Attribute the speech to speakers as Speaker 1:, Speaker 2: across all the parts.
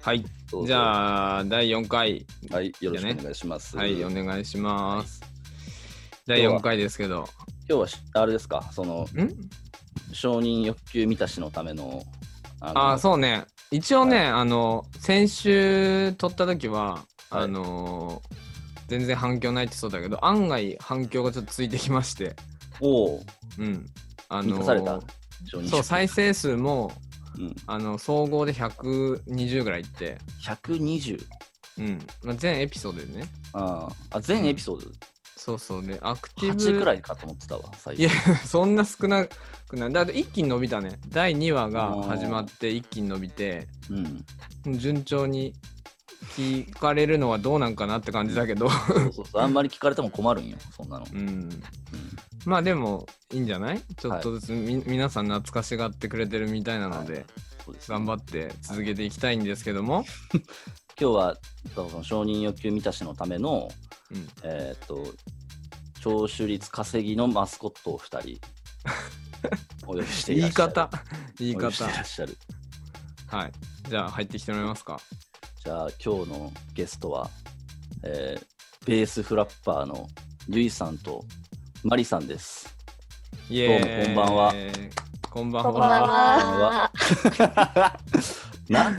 Speaker 1: はい。
Speaker 2: どうぞ
Speaker 1: じゃあ、第4回。
Speaker 2: はい、よろしくお願いします。
Speaker 1: はい、お
Speaker 2: 今
Speaker 1: 願いします。第4回ですけど。
Speaker 2: 日はしあれですか、その
Speaker 1: ん
Speaker 2: 承認欲求満たしのための。あの
Speaker 1: あー、そうね。一応ね、あの、先週撮った時は、
Speaker 2: はい
Speaker 1: あのー、全然反響ないってそうだけど、案外反響がちょっとついてきまして。
Speaker 2: おお、
Speaker 1: うん。あ
Speaker 2: 満
Speaker 1: の
Speaker 2: たされた
Speaker 1: ー、。
Speaker 2: 承認
Speaker 1: そう、再
Speaker 2: 欲
Speaker 1: 生数も、
Speaker 2: 求うん、
Speaker 1: あの、総合で120ぐらいいって。
Speaker 2: 120。
Speaker 1: うん。まあ、全エピソードでね。
Speaker 2: あーあ、全エピソー
Speaker 1: そうそうで、アクテ
Speaker 2: ド
Speaker 1: ィブ。
Speaker 2: 8くらいかと思ってたわ、最
Speaker 1: いや
Speaker 2: 初。、
Speaker 1: そんな少なくない。だって一気に伸びたね。第2話が始まって一気に伸びて、
Speaker 2: うん、
Speaker 1: 順調に聞かれるのはどうなんかなって感じだけど。
Speaker 2: そうそうそう、あんまり聞かれても困るんよ、そんなの。
Speaker 1: うん。 まあでも、いいんじゃないちょっとずつみ、皆さん懐かしがってくれてるみたいなので、頑張
Speaker 2: って。
Speaker 1: って続けていきたいんですけども。
Speaker 2: 今日は、その承認欲求満たしのための、
Speaker 1: うん
Speaker 2: えーっと、聴取率稼ぎのマスコットを2人。 お呼びしていら
Speaker 1: 言
Speaker 2: っ
Speaker 1: い
Speaker 2: しゃる
Speaker 1: 方、言い
Speaker 2: お呼びして
Speaker 1: 方
Speaker 2: い。らっしゃる
Speaker 1: はい。じゃあ入ってきてもらえますか。
Speaker 2: じゃあ今日のゲストは、えーベースフラッパーのゆいさんとマリさんです。
Speaker 1: イエーイ。
Speaker 2: どうもこんばんは。
Speaker 1: こんばん
Speaker 3: こんばん
Speaker 1: は。
Speaker 3: は。
Speaker 2: な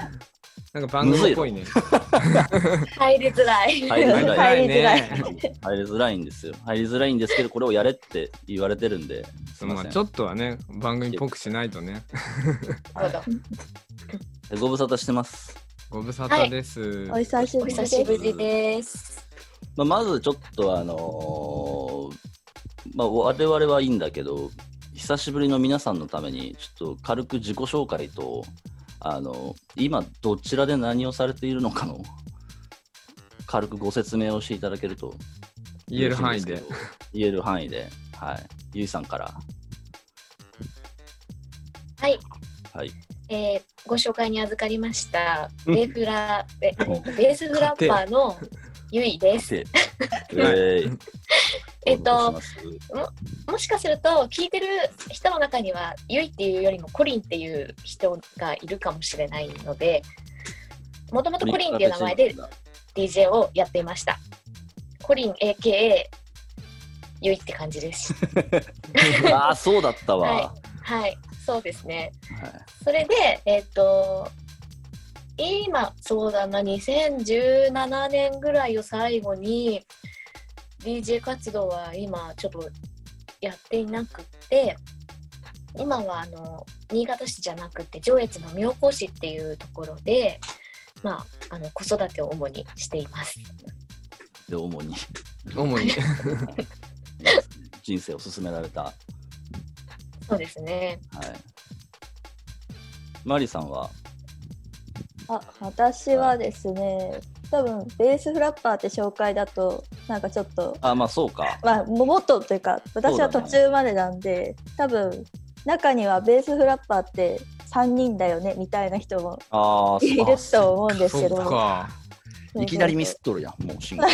Speaker 1: なんか番組っ ぽいね。
Speaker 3: 入りづらい。
Speaker 2: 入りづらい
Speaker 3: 入りづらい。
Speaker 1: ね
Speaker 2: 入りづらいんですよ。入りづらいんですけど、これをやれって言われてるんで、すい
Speaker 1: ま
Speaker 2: ま
Speaker 1: あ
Speaker 2: せん
Speaker 1: ち。ょっとはね、番組っぽくしないと ね。
Speaker 3: なるほど
Speaker 2: えご無沙汰してます。
Speaker 1: ご無沙汰です。
Speaker 4: お久しぶ
Speaker 3: お
Speaker 4: り
Speaker 3: 久
Speaker 4: です。
Speaker 3: しぶりです。
Speaker 2: まあ、まずちょっとあのーまあ、我々はいいんだけど、久しぶりの皆さんのために、ちょっと軽く自己紹介と、あの今、どちらで何をされているのかの、軽くご説明をしていただけると
Speaker 1: 言える範囲で。。
Speaker 2: 言える範囲で。はい。ゆいさんから。
Speaker 3: はい。
Speaker 2: はい。
Speaker 3: えー、ご紹介に預かりました。ベーフラベベースフラッパーのゆいです。
Speaker 2: で、えー、
Speaker 3: えっと
Speaker 2: お願いします
Speaker 3: もしかすると聞いてる人の中にはゆいっていうよりもコリンっていう人がいるかもしれないので、もともとコリンっていう名前で DJ をやっていました。コリン AKA ゆいって感 じです。
Speaker 2: ああ、そうだったわ。
Speaker 3: はい
Speaker 2: は
Speaker 3: はい、そうですね。
Speaker 2: い
Speaker 3: それで、えっ、と、今、そうだな、2017年ぐらいを最後に、DJ 活動は今、ちょっとやっていなくて、今は、あの、新潟市じゃなくて、上越の妙高市っていうところで、まあ、あの子育てを主にしています。
Speaker 2: で、主に
Speaker 1: 主に。
Speaker 2: 人生を進められた。はい。
Speaker 3: そうですね。
Speaker 2: マリさんは、
Speaker 4: あ、私はですね、多分ベースフラッパーって紹介だとなんかちょっと
Speaker 2: あまあそうか。
Speaker 4: まあももっとというか、私は
Speaker 2: そうだ
Speaker 4: 途
Speaker 2: ね
Speaker 4: 中までなんで、多分中にはベースフラッパーって三人だよねみたいな人も
Speaker 2: ああ、
Speaker 4: いる
Speaker 2: そう
Speaker 4: と思うんです
Speaker 1: そ
Speaker 4: け
Speaker 1: っ
Speaker 4: ど、
Speaker 1: か。
Speaker 4: そうそうそう
Speaker 2: いきなりミスっとるやん、もう進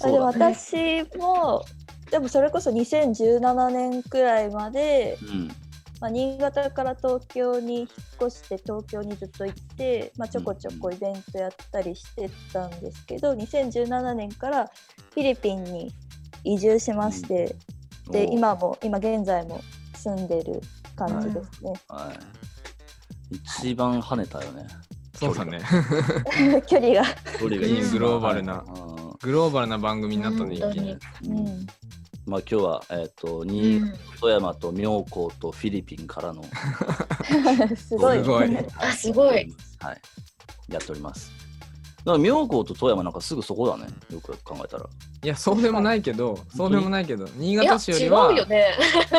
Speaker 2: 行。
Speaker 4: あ
Speaker 2: そう
Speaker 4: でも
Speaker 2: だね。
Speaker 4: 私も。でもそれこそ2017年くらいまで
Speaker 2: うん。
Speaker 4: まあ、新潟から東京に引っ越して東京にずっと行って、まあ、ちょこちょこイベントやったりしてたんですけど、2017年からフィリピンに移住しまして、で
Speaker 2: おー
Speaker 4: 今も今現在も住んでる感じですね、
Speaker 2: はい。一番跳ねたよね。
Speaker 1: そうだね。
Speaker 4: 距離が、
Speaker 2: 距離が
Speaker 3: いい
Speaker 2: 一番
Speaker 3: グ
Speaker 1: ローバルな
Speaker 2: うん
Speaker 1: グローバルな番組になったね、
Speaker 3: 本当
Speaker 1: 一気に
Speaker 3: に。
Speaker 4: うん、
Speaker 2: まあ今日は、えっ、と、
Speaker 3: う
Speaker 2: 新
Speaker 3: ん、
Speaker 2: 富山と妙高とフィリピンからの。
Speaker 4: すごい
Speaker 1: すごい
Speaker 3: あすごい
Speaker 2: はい。やっております。だから妙高と富山なんかすぐそこだね。よくよく考えた ら。
Speaker 1: いや、そうでもないけど、そうでもないけど、新
Speaker 3: いや
Speaker 1: 潟市よ
Speaker 3: 違
Speaker 1: り
Speaker 3: う
Speaker 1: は、
Speaker 3: よね。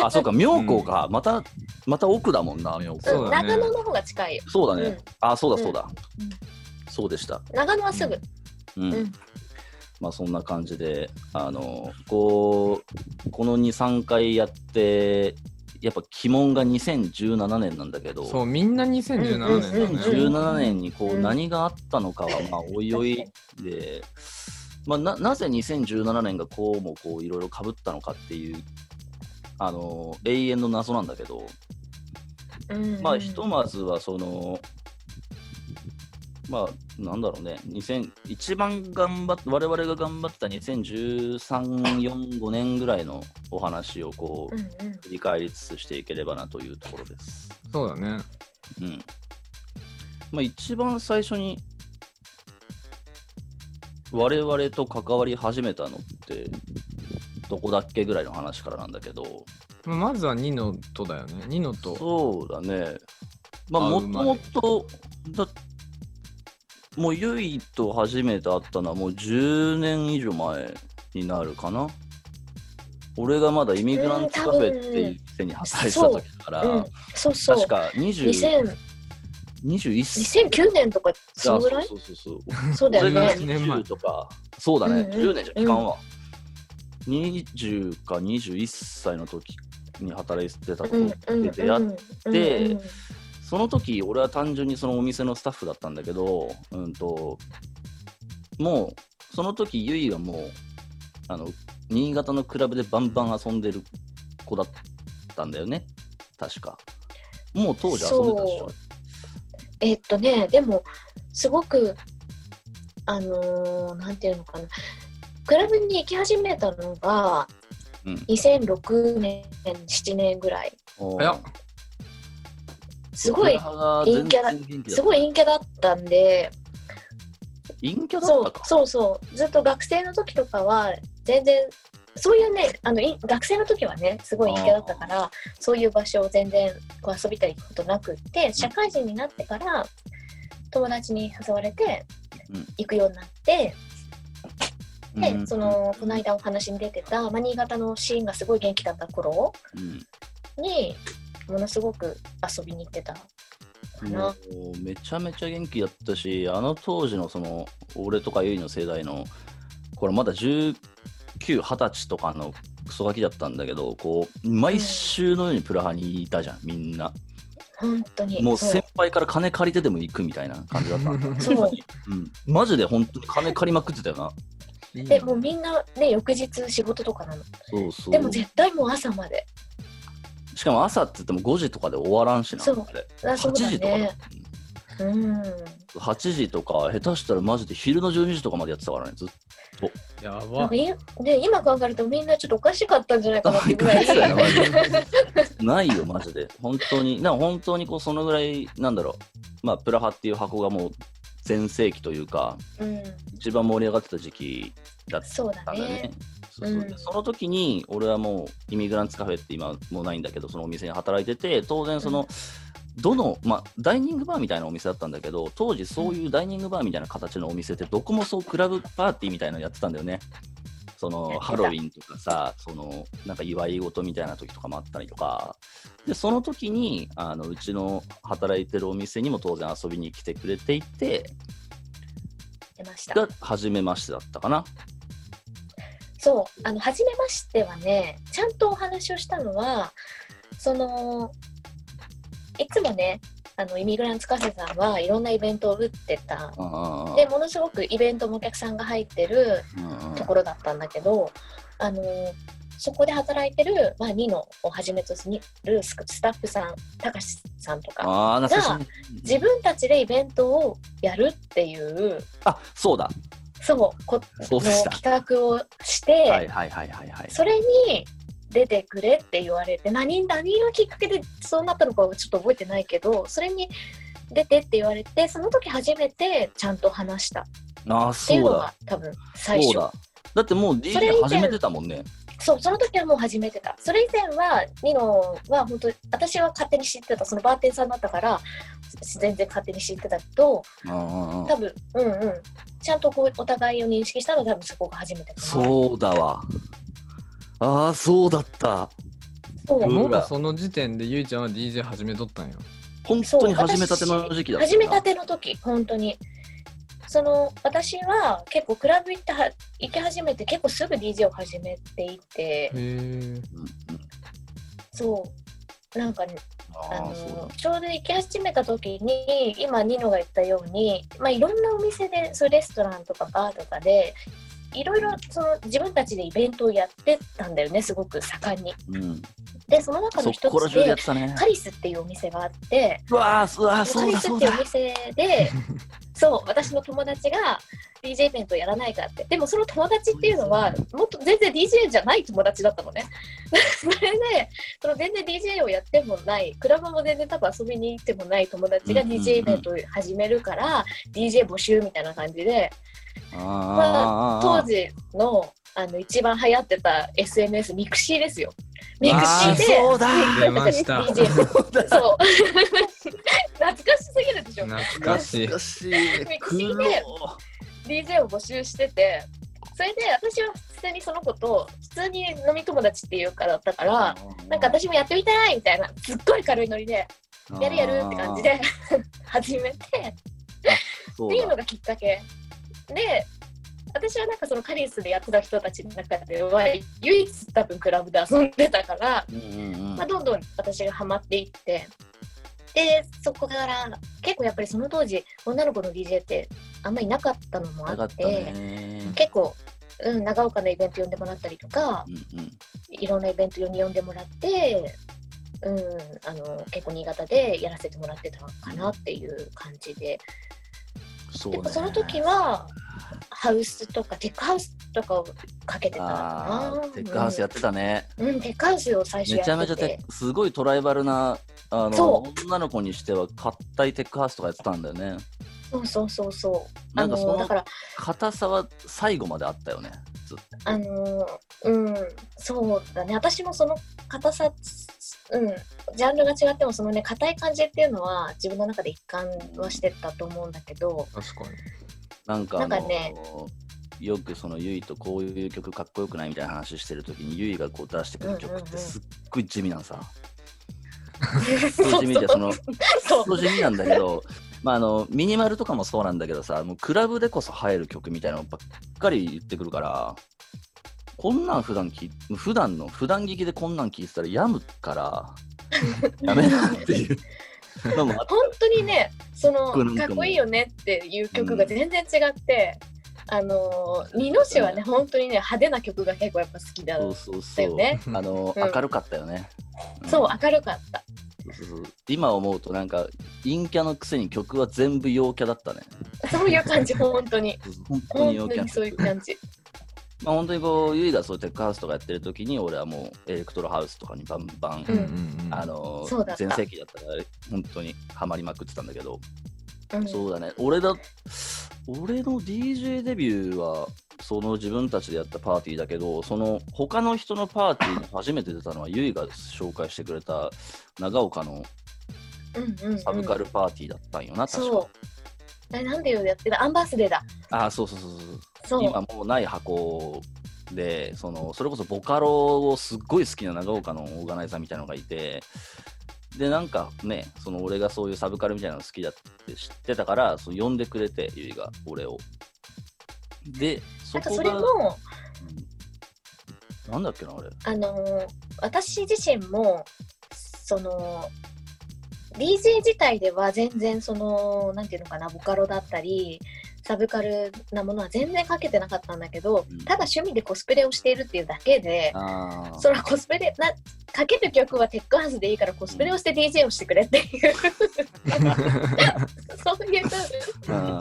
Speaker 2: あ、そうか、妙高か。また、また奥だもんな、妙高。
Speaker 1: そうだね
Speaker 3: 長野の方が近いよ。
Speaker 2: そうだ
Speaker 3: う
Speaker 2: ね。
Speaker 3: ん
Speaker 2: あ、そうだそうだ。
Speaker 3: うん
Speaker 2: そうでした。
Speaker 3: 長野はすぐ。
Speaker 2: うん。
Speaker 3: うん
Speaker 2: まあそんな感じで、あの、こう、この2、3回やって、やっぱ鬼門が2017年なんだけど、
Speaker 1: そう、みんな2017年だね。
Speaker 3: うん
Speaker 2: 17年にこう
Speaker 3: うん
Speaker 2: 何があったのかはまあおいおいで、まあ、ななぜ2017年がこうもこういろいろかぶったのかっていうあの永遠の謎なんだけど、
Speaker 3: うん
Speaker 2: まあひとまずはそのまあ、なんだろうね、2000一番頑張って、我々が頑張ってた2013、4、5年ぐらいのお話をこう、
Speaker 3: うんうん
Speaker 2: 振り返りつつしていければなというところです。
Speaker 1: そうだね。
Speaker 2: うん。まあ、一番最初に、我々と関わり始めたのって、どこだっけぐらいの話からなんだけど、
Speaker 1: まあまずはニノとだよね。ニノと。
Speaker 2: そうだね。まあ、
Speaker 1: 会
Speaker 2: も
Speaker 1: う
Speaker 2: と
Speaker 1: まで
Speaker 2: もと、だもうゆいと初めて会ったのはもう10年以上前になるかな。俺がまだイミグラントカフェっていう店に働いてた時だから、
Speaker 3: うん、そうそう
Speaker 2: 確か20
Speaker 3: 2000
Speaker 2: 21歳。
Speaker 3: 2009年とかそのぐらい
Speaker 2: そうそうそうそう。
Speaker 3: そうだよ
Speaker 2: 俺が
Speaker 1: ね
Speaker 3: ね
Speaker 1: 年前
Speaker 2: 20とか、そうだね、
Speaker 3: うんうん
Speaker 2: 10年じゃ期間は。20か21歳の時に働いてた時
Speaker 3: うんうん
Speaker 2: で出会っ
Speaker 3: うんうん
Speaker 2: その時俺は単純にそのお店のスタッフだったんだけど、うん、ともうその時ゆいがもうあの新潟のクラブでバンバン遊んでる子だったんだよね確かもう当時遊んでたでし
Speaker 3: そ
Speaker 2: ょ
Speaker 3: うえっとねでもすごくあのーなんていうのかなクラブに行き始めたのが
Speaker 2: うん
Speaker 3: 2006年7年ぐらい
Speaker 2: おー
Speaker 1: 早っ
Speaker 3: すごい
Speaker 2: 僕らが全然元気
Speaker 3: す
Speaker 2: だった
Speaker 3: ごい陰キャだったんで
Speaker 2: 陰キャだ
Speaker 3: そ
Speaker 2: った
Speaker 3: う
Speaker 2: か
Speaker 3: そうそうずっと学生の時とかは全然そういうねあのい学生の時はねすごい陰キャだったからそういう場所を全然こう遊びたり行くことなくって社会人になってから友達に誘われて
Speaker 2: うん
Speaker 3: 行くようになって、
Speaker 2: う
Speaker 3: で
Speaker 2: ん
Speaker 3: そのこの間お話に出てた、まあ、新潟のシーンがすごい元気だった頃
Speaker 2: うん
Speaker 3: にものすごく遊びに行ってたかな。
Speaker 2: もうめちゃめちゃ元気だったし、あの当時のその俺とかゆいの世代の、これまだ19、20歳とかのクソガキだったんだけど、こう毎週のようにプラハにいたじゃん、みんな。
Speaker 3: 本当に
Speaker 2: もう
Speaker 3: そう
Speaker 2: 先輩から金借りてでも行くみたいな感じだったんだ。
Speaker 3: そう
Speaker 2: うん、マジで本当に金借りまくってたよな。
Speaker 3: でもうみんなね翌日仕事とかなの
Speaker 2: そうそう。
Speaker 3: でも絶対もう朝まで
Speaker 2: しかも朝って言っても5時とかで終わらんしな。
Speaker 3: そう
Speaker 2: あれ
Speaker 3: あ
Speaker 2: 8
Speaker 3: そうだ
Speaker 2: 時とかだ
Speaker 3: ね。うん
Speaker 2: 8時とか、下手したらマジで昼の12時とかまでやってたからね、ずっと。
Speaker 1: や
Speaker 3: なん
Speaker 1: ば
Speaker 3: か。いね、今考えるとみんなちょっとおかしかったんじゃないかなっていうぐらい
Speaker 2: そうやなマジでないよ、マジで。本当に、なんか本当にこうそのぐらい、なんだろう、まあ、プラハっていう箱がもう全盛期というか、
Speaker 3: うん、
Speaker 2: 一番盛り上がってた時期だっ
Speaker 3: そうだ
Speaker 2: たんだよ
Speaker 3: ね
Speaker 2: ね。そうそう
Speaker 3: うん
Speaker 2: その時に、俺はもう、イミグランツカフェって今もうないんだけど、そのお店に働いてて、当然、その、どの、まあ、ダイニングバーみたいなお店だったんだけど、当時、そういうダイニングバーみたいな形のお店って、どこもそう、クラブパーティーみたいなのやってたんだよね。そ
Speaker 3: やって
Speaker 2: の
Speaker 3: た
Speaker 2: ハロウィンとかさ、そのなんか祝い事みたいな時とかもあったりとか、でその時にあのうちの働いてるお店にも当然遊びに来てくれていて、
Speaker 3: 出ました
Speaker 2: が初めましてだったかな。
Speaker 3: そうあの初めましてはねちゃんとお話をしたのはそのいつもねあのイミグランツカフェさんはいろんなイベントを打ってた
Speaker 2: あ
Speaker 3: でものすごくイベントもお客さんが入ってる
Speaker 2: ーうんうん
Speaker 3: ところだったんだけど、あのそこで働いてる、まあ、ニノをはじめとするススタッフさん、たかしさんとか、
Speaker 2: あー懐かしいね
Speaker 3: 自分たちでイベントをやるっていう、
Speaker 2: あそうだ、
Speaker 3: そう、こ
Speaker 2: そうでし
Speaker 3: の
Speaker 2: た。
Speaker 3: 企画をして、
Speaker 2: はいはいはいはいはい。
Speaker 3: それに出てくれって言われて、何、何がきっかけでそうなったのかはちょっと覚えてないけど、それに出てって言われて、その時初めてちゃんと話したっ
Speaker 2: あー
Speaker 3: ていう
Speaker 2: そ
Speaker 3: の
Speaker 2: う
Speaker 3: が
Speaker 2: だ、
Speaker 3: 多分最
Speaker 2: そうだ。
Speaker 3: 初。
Speaker 2: だってもう
Speaker 3: それ以
Speaker 2: DJ
Speaker 3: 前
Speaker 2: 始めてたもんね。
Speaker 3: そう、その時はもう始めてた。それ以前は、ニノは本当、私は勝手に知ってた、そのバーテンさんだったから、全然勝手に知ってたけど、
Speaker 2: うんうんうん
Speaker 3: 多分うんうん、ちゃんとこうお互いを認識したのは、多分そこが初めてかな。う
Speaker 2: そうだわ。ああ、そうだった。
Speaker 3: そう
Speaker 1: もうその時点でゆいちゃんは DJ 始めとったんや。
Speaker 2: 本当に始めたての時期だったな。
Speaker 3: 始めたての時、本当に。その私は結構クラブ行ったは行き始めて結構すぐ DJ を始めていて
Speaker 1: へえ。
Speaker 2: うんうん。
Speaker 3: そうなんかねあ
Speaker 2: ああ、そうだ
Speaker 3: の。ちょうど行き始めた時に今ニノが言ったように、まあ、いろんなお店でそういうレストランとかバーとかでいろいろその自分たちでイベントをやってたんだよねすごく盛んに。
Speaker 2: うん。
Speaker 3: でその中の
Speaker 2: そこ
Speaker 3: 一
Speaker 2: ら中
Speaker 3: つ
Speaker 2: でや
Speaker 3: で
Speaker 2: ってたね
Speaker 3: カ。リスっていうお店があって
Speaker 2: うわあ、そうだ、
Speaker 3: カ
Speaker 2: そう
Speaker 3: リ
Speaker 2: だ、
Speaker 3: ス
Speaker 2: そ
Speaker 3: っ
Speaker 2: う
Speaker 3: てい
Speaker 2: だ
Speaker 3: うお。店でそう私の友達が DJ イベントやらないかってでもその友達っていうのはもっと全然 DJ じゃない友達だったのねそれでその全然 DJ をやってもないクラブも全然多分遊びに行ってもない友達が
Speaker 2: うんうんうん
Speaker 3: DJ イベントを始めるから DJ 募集みたいな感じで
Speaker 2: あー
Speaker 3: 当時のあの一番流行ってた SNS ミクシーですよミクシ
Speaker 1: あ
Speaker 3: ー
Speaker 1: ー
Speaker 3: で
Speaker 2: そうだ
Speaker 1: 出ま した。
Speaker 3: DJ
Speaker 2: そうだ
Speaker 3: そう 懐かしすぎるでしょ
Speaker 1: 懐かしい。
Speaker 2: 懐しい
Speaker 3: ミクシ
Speaker 2: 苦
Speaker 3: ィ
Speaker 2: 労
Speaker 3: で DJ を募集しててそれで私は普通にその子と普通に飲み友達っていうからだったからなんか私もやってみたいみたいなすっごい軽いノリでやるやるって感じで 始めてっ
Speaker 2: そ
Speaker 3: ていうう
Speaker 2: だ
Speaker 3: のがきっかけで私はなんかそのカリスでやってた人たちの中では唯一多分クラブで遊んでたから、
Speaker 2: うんうんうん
Speaker 3: まあ、どんどん私がハマっていってでそこから結構やっぱりその当時女の子の DJ ってあんまりいなかったのもあ
Speaker 2: なか
Speaker 3: っ
Speaker 2: った
Speaker 3: て。
Speaker 2: ね
Speaker 3: 結構、うん、長岡のイベント呼んでもらったりとか
Speaker 2: うんうん
Speaker 3: いろんなイベントに呼んでもらって、うん、あの結構新潟でやらせてもらってたかなっていう感じで、
Speaker 2: そう
Speaker 3: や
Speaker 2: ね
Speaker 3: っぱその時はハウスとかテックハウスとかをかけてた
Speaker 2: あ
Speaker 3: かな
Speaker 2: ーテックハウスやってたね
Speaker 3: うん、うん、テックハウスを最初
Speaker 2: め
Speaker 3: や
Speaker 2: ち
Speaker 3: ってて
Speaker 2: ゃめちゃテックすごいトライバルなあの
Speaker 3: そ
Speaker 2: 女の子にしては硬いテックハウスとかやってたんだよね
Speaker 3: そうそうそうそう
Speaker 2: なんか
Speaker 3: あ
Speaker 2: そ
Speaker 3: のだ
Speaker 2: の
Speaker 3: から
Speaker 2: 硬さは最後まであったよねずっと
Speaker 3: あのうんそうだね私もその硬さうんジャンルが違ってもそのね硬い感じっていうのは自分の中で一貫はしてたと思うんだけど
Speaker 1: 確かに。
Speaker 2: なんかあの
Speaker 3: なんかね
Speaker 2: よくそのゆいとこういう曲かっこよくないみたいな話してる時にゆいがこう出してくる曲っ
Speaker 3: うんうんう
Speaker 2: て
Speaker 3: ん
Speaker 2: すっごい地味なんさ、
Speaker 3: そう
Speaker 2: 地味でその
Speaker 3: そう
Speaker 2: そう地味なんだけど、まあ、あのミニマルとかもそうなんだけどさもうクラブでこそ入る曲みたいなのばっかり言ってくるからこんなん普段き普段の普段聞きでこんなん聞いてたら病むからダメだって いうのもあっ
Speaker 3: 本当にねその
Speaker 2: 僕なん
Speaker 3: か
Speaker 2: かも
Speaker 3: っこいいよねっていう曲が全然違って、あのー二の市はね本当にね派手な曲が結構やっぱ好きだ
Speaker 2: そうそう
Speaker 3: だ
Speaker 2: そう、
Speaker 3: よね
Speaker 2: あの、
Speaker 3: うん
Speaker 2: 明るかったよね、ん
Speaker 3: そう明るかった
Speaker 2: そうそうそう今思うとなんか陰キャのくせに曲は全部陽キャだったね
Speaker 3: そういう感じ本当に
Speaker 2: 本当に
Speaker 3: 本
Speaker 2: 陽
Speaker 3: 当
Speaker 2: キャ
Speaker 3: にそういう感じ
Speaker 2: まあ本当にこうゆいがそうテックハウスとかやってる時に俺はもうエレクトロハウスとかにバンバン、
Speaker 3: うん
Speaker 1: ん
Speaker 2: あの
Speaker 3: そうだった
Speaker 2: 全盛期だったから本当にハマりまくってたんだけど、
Speaker 3: うん
Speaker 2: そうだね俺だ俺の DJ デビューはその自分たちでやったパーティーだけどその他の人のパーティーに初めて出たのはゆいが紹介してくれた長岡の
Speaker 3: うんうんうん
Speaker 2: サブカルパーティーだったんよな、確か
Speaker 3: そうえなんでやってたアンバースデーだ
Speaker 2: ああそうそうそうそう
Speaker 3: そう
Speaker 2: 今もうない箱でそのそれこそボカロをすっごい好きな長岡のオーガナイザーみたいなのがいてでなんかねその俺がそういうサブカルみたいなの好きだって知ってたからその呼んでくれてゆいが俺をでそ
Speaker 3: なんか
Speaker 2: こ
Speaker 3: そ
Speaker 2: が
Speaker 3: れも
Speaker 2: うんなんだっけなあれ
Speaker 3: あのー私自身もその DJ 自体では全然そのなんていうのかなボカロだったりサブカルなものは全然かけてなかったんだけど、
Speaker 2: うん
Speaker 3: ただ趣味でコスプレをしているっていうだけで
Speaker 2: あ
Speaker 3: そのコスプレなかける曲はテックハウスでいいからコスプレをして DJ をしてくれ っていうそういう
Speaker 2: あ そ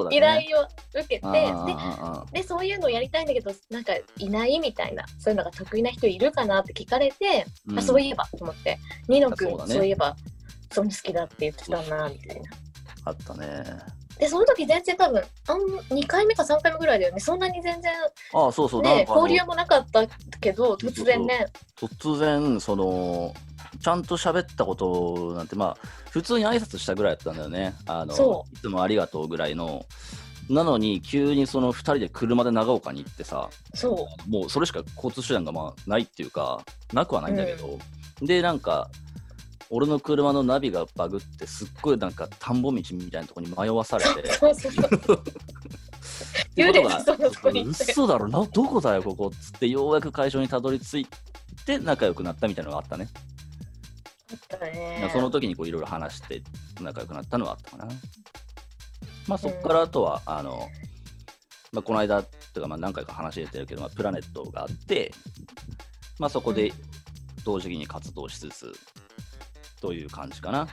Speaker 2: うだね
Speaker 3: 依頼を受けて
Speaker 2: あ
Speaker 3: で
Speaker 2: あ
Speaker 3: でそういうのをやりたいんだけどなんかいないみたいなそういうのが得意な人いるかなって聞かれて、
Speaker 2: うん
Speaker 3: あそういえばと思ってニノ君
Speaker 2: そう
Speaker 3: そ
Speaker 2: だ
Speaker 3: う,、
Speaker 2: ね
Speaker 3: いえばその好きだって言ってたなみたいな
Speaker 2: あったね
Speaker 3: でその時全然多分あん2回目か3回目ぐらいだよねそんなに全然、
Speaker 2: ああそうそう、な
Speaker 3: ね
Speaker 2: ん、かあの
Speaker 3: 交流もなかったけど
Speaker 2: そうそう
Speaker 3: 突然ね
Speaker 2: 突然そのちゃんと喋ったことなんてまあ普通に挨拶したぐらいだったんだよねあの
Speaker 3: そ
Speaker 2: いつもありがとうぐらいのなのに急にその2人で車で長岡に行ってさ
Speaker 3: そう
Speaker 2: もうそれしか交通手段がまあないっていうかなくはないんだけど、でなんか俺の車のナビがバグってすっごいなんか田んぼ道みたいなとこに迷わされて
Speaker 3: そうそうそう 幽霊がそんなとこに行って
Speaker 2: 嘘だろなどこだよここっつってようやく会場にたどり着いて仲良くなったみたいなのがあったね
Speaker 3: あった
Speaker 2: ま
Speaker 3: ね
Speaker 2: あその時にこういろいろ話して仲良くなったのはあったかな。まあそこからあとは、あの、まあ、この間とかまあ何回か話出てるけど、まあ、プラネットがあって、まあそこで同時期に活動しつつという感じかな。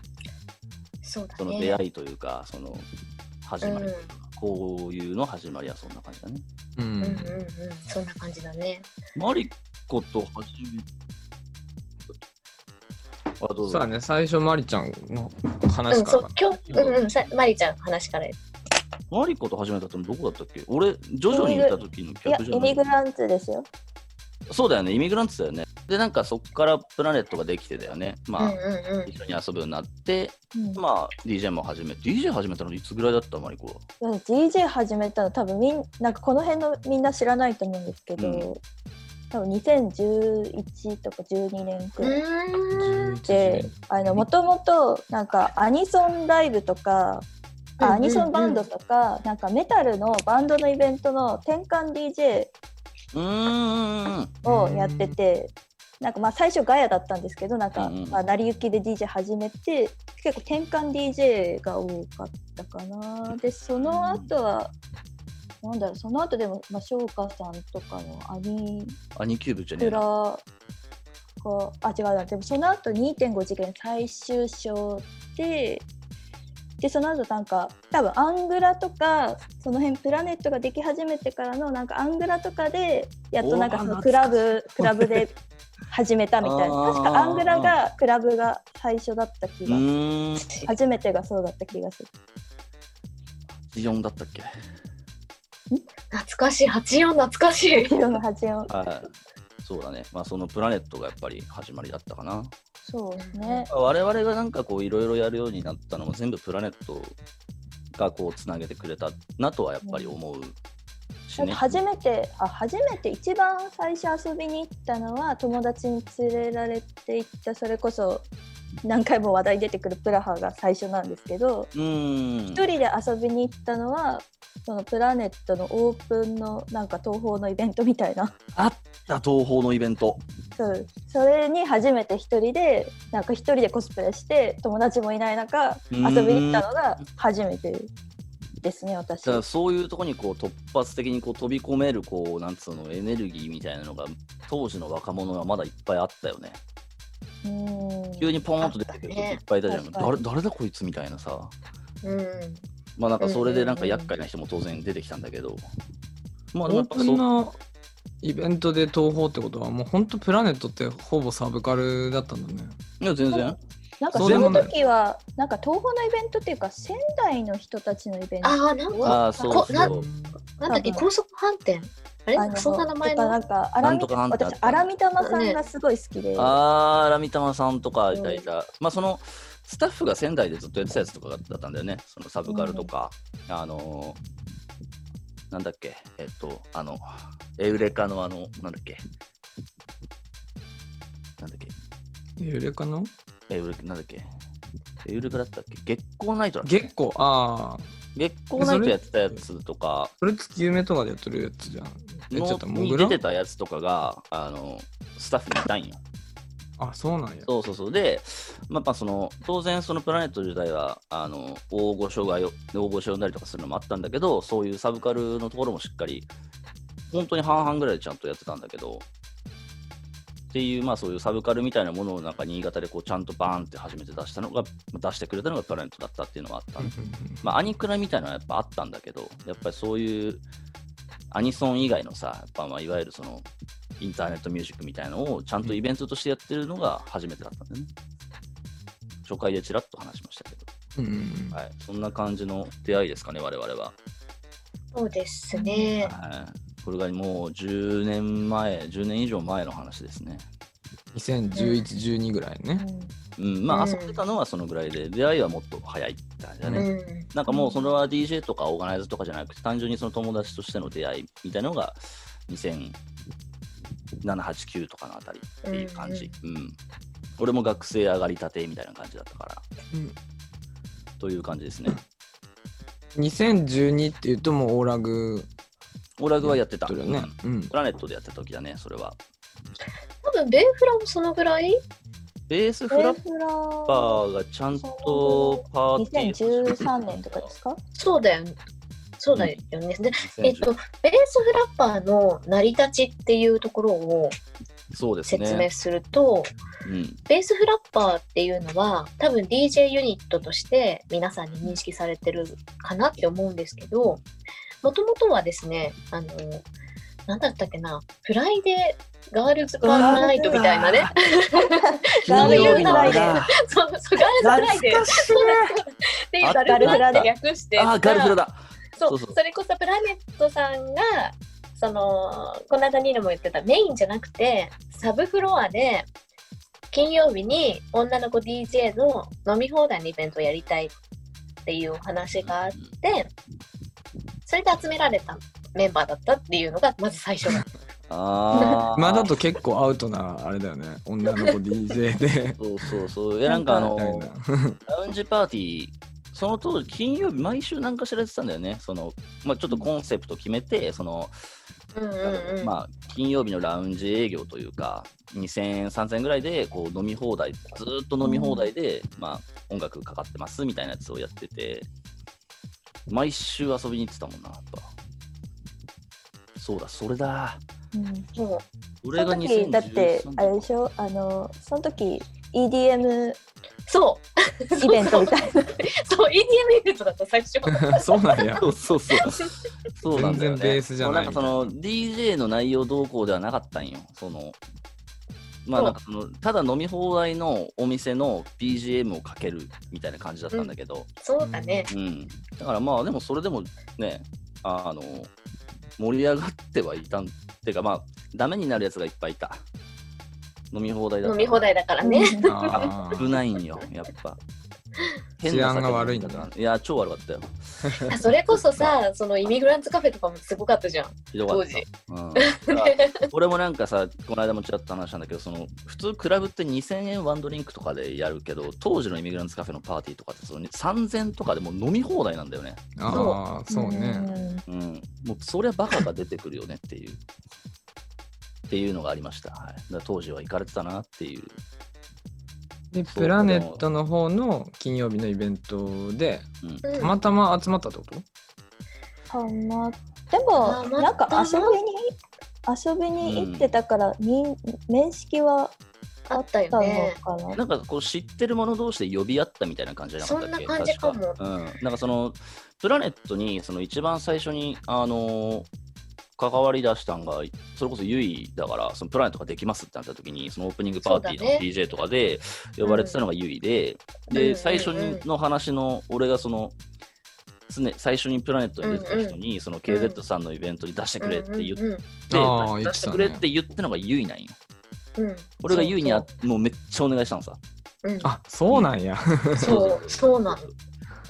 Speaker 3: そうだ
Speaker 2: その
Speaker 3: ね
Speaker 2: 出会いというか、その始まり、こういうの始まりはそんな感じだね。
Speaker 1: う
Speaker 3: うんんうんうん、そんな感じだね。
Speaker 2: マリコとはじめ。あ、どう
Speaker 1: そう
Speaker 2: ぞ。
Speaker 1: だね、最初、まりちゃんの
Speaker 3: う
Speaker 1: 話
Speaker 3: ん、
Speaker 1: か
Speaker 3: そう
Speaker 1: ら。、
Speaker 3: 今日、うんうん、さ、まりちゃん話から。
Speaker 2: マリコと始めたってのどこだったっけ俺、徐々に行った時の
Speaker 4: いや、
Speaker 2: 客じゃ
Speaker 4: イ
Speaker 2: な
Speaker 4: ミ
Speaker 2: い
Speaker 4: グランツですよ。
Speaker 2: そうだよね、イミグランツだよね。で、なんかそこからプラネットができてだよね。
Speaker 3: うん
Speaker 2: ま
Speaker 3: う
Speaker 2: あ、
Speaker 3: んうん。
Speaker 2: 一緒に遊ぶようになって、
Speaker 4: うん
Speaker 2: まあ、DJ も始めて、DJ 始めたのいつぐらいだった、マリコは。
Speaker 4: うん DJ 始めたの多分みんなんかこの辺のみんな知らないと思うんですけど、
Speaker 2: うん
Speaker 4: 多分2011とか12年く
Speaker 3: う
Speaker 4: らい
Speaker 3: ーん。
Speaker 4: であのもともとなんかアニソンライブとか、
Speaker 3: う
Speaker 4: あ
Speaker 3: んうんうん
Speaker 4: アニソンバンドとかなんかメタルのバンドのイベントの転換 DJ
Speaker 2: うーん。
Speaker 4: をやってて。なんかまあ最初ガヤだったんですけどなんか
Speaker 2: うんうん
Speaker 4: まあ成り行きで DJ 始めて結構転換 DJ が多かったかなでその後はなんだろうその後でもまあ翔歌さんとかのアニ
Speaker 2: アニキューブじゃね
Speaker 4: ク
Speaker 2: え
Speaker 4: ラ
Speaker 2: な。
Speaker 4: があ違うなでもその後2.5次元最終章ででその後なんか多分アングラとかその辺プラネットができ始めてからのなんかアングラとかでやっとなんか
Speaker 2: おー
Speaker 4: その
Speaker 2: 懐
Speaker 4: ク
Speaker 2: か
Speaker 4: ラブクラブで始めたみたい
Speaker 2: あ
Speaker 4: な
Speaker 2: ー
Speaker 4: 確かアングラがクラブが最初だった気
Speaker 2: う
Speaker 4: が
Speaker 2: ーん。
Speaker 4: 初めてがそうだった気がする
Speaker 2: 84だったっけ
Speaker 3: 懐かしい、八四懐かしい。
Speaker 4: 色の84
Speaker 2: はい。そうだね。まあ、そのプラネットがやっぱり始まりだったかな。
Speaker 4: そうですね
Speaker 2: 我々がなんかこういろいろやるようになったのも全部プラネットがこうつなげてくれたなとはやっぱり思うし
Speaker 4: なん
Speaker 2: ね。
Speaker 4: か初めてあ初めて一番最初遊びに行ったのは友達に連れられて行ったそれこそ何回も話題出てくるプラハが最初なんですけど
Speaker 2: うーん。
Speaker 4: 一人で遊びに行ったのはそのプラネットのオープンのなんか東宝のイベントみたいな
Speaker 2: あった東宝のイベント。
Speaker 4: そうそれに初めて一人でなんか一人でコスプレして友達もいない中遊びに行ったのが初めてですね私
Speaker 2: だからそういうとこにこう突発的にこう飛び込めるこうなんつうのエネルギーみたいなのが当時の若者はまだいっぱいあったよね。
Speaker 4: うん
Speaker 2: 急にポーンと出てくる人
Speaker 3: あったね
Speaker 2: いっぱいいたじゃん。
Speaker 4: 確か
Speaker 2: 誰誰だこいつみたいなさ。
Speaker 3: うん。
Speaker 2: まあなんかそれでなん
Speaker 4: うんうんう
Speaker 2: か
Speaker 4: ん
Speaker 2: 厄介な人も当然出てきたんだけど。ま
Speaker 1: オ
Speaker 2: あでもや
Speaker 1: ー
Speaker 2: っぱ
Speaker 1: プ
Speaker 2: そ
Speaker 1: ン
Speaker 2: う。
Speaker 1: のイベントで東宝ってことは、もう本当プラネットってほぼサブカルだったんだね。
Speaker 2: いや全然。
Speaker 4: なんか
Speaker 1: そう
Speaker 4: そ
Speaker 1: でも
Speaker 4: の
Speaker 1: ない
Speaker 4: 時はなんか東宝のイベントっていうか仙台の人たちのイベント
Speaker 3: ああ、なんか、
Speaker 2: ああ、そう
Speaker 3: こ
Speaker 2: そ
Speaker 3: な
Speaker 2: う。
Speaker 3: なんだっけ、
Speaker 4: 多分
Speaker 3: 高速飯店。あ
Speaker 4: あ
Speaker 3: れ、
Speaker 4: の
Speaker 3: そんな名前
Speaker 4: とかな
Speaker 3: の。
Speaker 4: んか
Speaker 2: な
Speaker 4: 荒
Speaker 2: ん
Speaker 4: み
Speaker 2: とかなんてあっ
Speaker 4: 私
Speaker 2: た
Speaker 4: 荒見玉さんがすごい好きで、
Speaker 2: あー、ラミタマさんとかいたいた。まあ、その、スタッフが仙台でずっとやってたやつとかだったんだよね。そのサブカルとか、あのーなんだっけ、えっと、あの、エウレカのあの、なんだっけ、なんだっ
Speaker 1: ゆれかな
Speaker 2: け、エウレカ、なんだっけ、エウレカだったっけ、月光ナイトだっけ
Speaker 1: 結構、ああ、
Speaker 2: 月光ナイトやってたやつとか、
Speaker 1: それ月夢とかでやってるやつじゃん。え、ちょっと
Speaker 2: の
Speaker 1: モ
Speaker 2: に
Speaker 1: グ
Speaker 2: 出
Speaker 1: ラ
Speaker 2: てたやつとかが、あの、スタッフにいたんよ。
Speaker 1: あ、そうなんや。
Speaker 2: そうそうそう。で、まあやっぱその、当然そのプラネット自体は、あの、大御所がよ、大御所呼んだりとかするのもあったんだけど、そういうサブカルのところもしっかり、本当に半々ぐらいでちゃんとやってたんだけど、っていう、まあそういうサブカルみたいなものをなんか新潟でこうちゃんとバーンって初めて出したのが、出してくれたのがプラネットだったっていうのがあったん
Speaker 1: う
Speaker 2: で
Speaker 1: んうんうん
Speaker 2: まあ、アニクラみたいなのはやっぱあったんだけど、やっぱりそういうアニソン以外のさ、やっぱまあいわゆるそのインターネットミュージックみたいなのをちゃんとイベントとしてやってるのが初めてだったんだよね。初回でちらっと話しましたけど、
Speaker 1: うんうん
Speaker 2: はい、そんな感じの出会いですかね、我々は。
Speaker 3: そうですね。
Speaker 2: はい、これがもう10年前、10年以上前の話ですね。
Speaker 1: 2011、12ぐらいね。
Speaker 2: うん、まあ
Speaker 3: うん
Speaker 2: 遊んでたのはそのぐらいで、出会いはもっと早いって感じだ
Speaker 3: う
Speaker 2: ね。
Speaker 3: ん。
Speaker 2: なんかもうそれは DJ とかオーガナイズとかじゃなくて、単純にその友達としての出会いみたいなのが2007、89とかのあたりっていう感じ。うん、俺も学生上がりたてみたいな感じだったから、
Speaker 1: うん
Speaker 2: という感じですね。
Speaker 1: 2012って言うともうオーラグ
Speaker 2: オーラグはやってた。
Speaker 1: だよね
Speaker 2: うん。
Speaker 1: うん
Speaker 2: プ。ラネットでやってた時だね、それは。
Speaker 3: 多分ベンフラもそのぐらい。
Speaker 2: ベースフ
Speaker 4: フ
Speaker 2: ラ
Speaker 4: ラ
Speaker 2: ッ
Speaker 4: フラ
Speaker 2: パーがちゃんとパーティーを始めてた
Speaker 4: 2013
Speaker 2: の
Speaker 4: 年とかですか
Speaker 3: そうだよね。そうだよね。で、
Speaker 2: 2010
Speaker 3: えっと、ベースフラッパーの成り立ちっていうところを
Speaker 2: そうですね。
Speaker 3: 説明すると、
Speaker 2: うん、
Speaker 3: ベースフラッパーっていうのは多分 DJ ユニットとして皆さんに認識されてるかなって思うんですけどもともとはですねあのなんだったっけなフライデーガールズパーティーナイトみたいなね
Speaker 4: ガールフライデー
Speaker 2: あ
Speaker 3: そうそうガールズフライデ
Speaker 1: 懐
Speaker 3: ー
Speaker 1: かしいね
Speaker 3: っていうガルフラで略して
Speaker 2: あー、 ガルフラだ。
Speaker 3: そう
Speaker 2: そ
Speaker 3: そう
Speaker 2: そう
Speaker 3: れこそプラネットさんがそのこの間ニーナも言ってたメインじゃなくてサブフロアで金曜日に女の子 DJ の飲み放題のイベントをやりたいっていうお話があってそれで集められたメンバーだったっていうのがまず最初の
Speaker 2: あー
Speaker 1: まあだと結構アウトなあれだよね女の子 DJ で
Speaker 2: そうそうそう。いや、なんかあ
Speaker 1: み
Speaker 2: の、
Speaker 1: たいな
Speaker 2: ラウンジパーティー、その当時、金曜日、毎週なんか知られてたんだよね。その、まあちょっとコンセプト決めて、その、
Speaker 3: うんう
Speaker 2: なんだろ
Speaker 3: ん、う
Speaker 2: うんまあ、金曜日のラウンジ営業というか、2000円、3000円ぐらいでこう飲み放題、ずーっと飲み放題で、まあ、音楽かかってますみたいなやつをやってて、毎週遊びに行ってたもんな、やっぱ。そうだ、それだ。
Speaker 4: うん
Speaker 3: そう
Speaker 2: そ
Speaker 4: そ
Speaker 2: れ
Speaker 4: の
Speaker 2: が
Speaker 4: 時
Speaker 2: 2013
Speaker 4: だってあれでしょあのその時 EDM
Speaker 3: そう
Speaker 4: イベントみたいな
Speaker 3: そう EDM イベントだった最初
Speaker 1: そうなんや
Speaker 2: そうそうそう。そうなんだよ、
Speaker 1: 全然
Speaker 2: ね、
Speaker 1: ベースじゃない
Speaker 2: もうなんかその DJ の内容動向ではなかったんよ。そのまあ
Speaker 3: そう
Speaker 2: なんかそのただ飲み放題のお店の BGM をかけるみたいな感じだったんだけど、
Speaker 3: そうだね
Speaker 2: うんだからまあでもそれでもねあの盛り上がってはいたんってかまあダメになるやつがいっぱいいた飲み放題だ
Speaker 3: 飲み放題だからね、
Speaker 1: あ
Speaker 2: 危
Speaker 1: ー
Speaker 2: ないんよやっぱ
Speaker 1: 治安が悪いんだ
Speaker 2: 変な酒飲んからいや超悪かったよ
Speaker 3: あそれこそさそのイミグランツカフェとかもすごかったじゃん
Speaker 2: ひどかっ
Speaker 3: 当
Speaker 2: た
Speaker 3: 時
Speaker 2: うん、俺もなんかさ、この間もちらっと話したんだけど、その普通クラブって2000円ワンドリンクとかでやるけど、当時のイミグランツカフェのパーティーとかってその3000とかでもう飲み放題なんだよね。
Speaker 1: あーそうね
Speaker 4: ん
Speaker 2: うん、もうそりゃバカが出てくるよねっていう。っていうのがありました。はい、だから当時は行かれてたなっていう。
Speaker 1: でプラネットの方の金曜日のイベントで
Speaker 2: うん、
Speaker 3: うん
Speaker 1: たまたま集まったってこと
Speaker 4: ハマっで
Speaker 3: ハ
Speaker 4: も
Speaker 3: マっ
Speaker 4: なんか
Speaker 3: たな
Speaker 4: 遊びに遊びに行ってたから、みん、面識は
Speaker 3: あったよ
Speaker 4: たの
Speaker 3: ね。
Speaker 4: かな、
Speaker 2: なんかこう知ってる者同士で呼び合ったみたいな感じじゃなかったっけ
Speaker 3: そんな感じかも
Speaker 2: 確うん、なんかそのプラネットにその一番最初にあのー関わり出したんがそれこそユイだからそのプラネットができますってなった時にそのオープニングパーティー
Speaker 3: そう
Speaker 2: の
Speaker 3: だね
Speaker 2: DJ とかで呼ばれてたのがユイで、
Speaker 3: うんうんうんう
Speaker 2: で
Speaker 3: ん
Speaker 2: 最初にの話の俺がその常最初にプラネットに出てた人にその KZ さんのイベントに出してくれって言って
Speaker 3: うんう
Speaker 1: うん
Speaker 3: ん
Speaker 1: あー
Speaker 2: 出してくれって言ったのがユイなんよ
Speaker 3: うんうん
Speaker 2: 俺がユイにあもうめっちゃお願いしたのさ
Speaker 3: うん
Speaker 1: あそうなんや
Speaker 3: そうそうなの。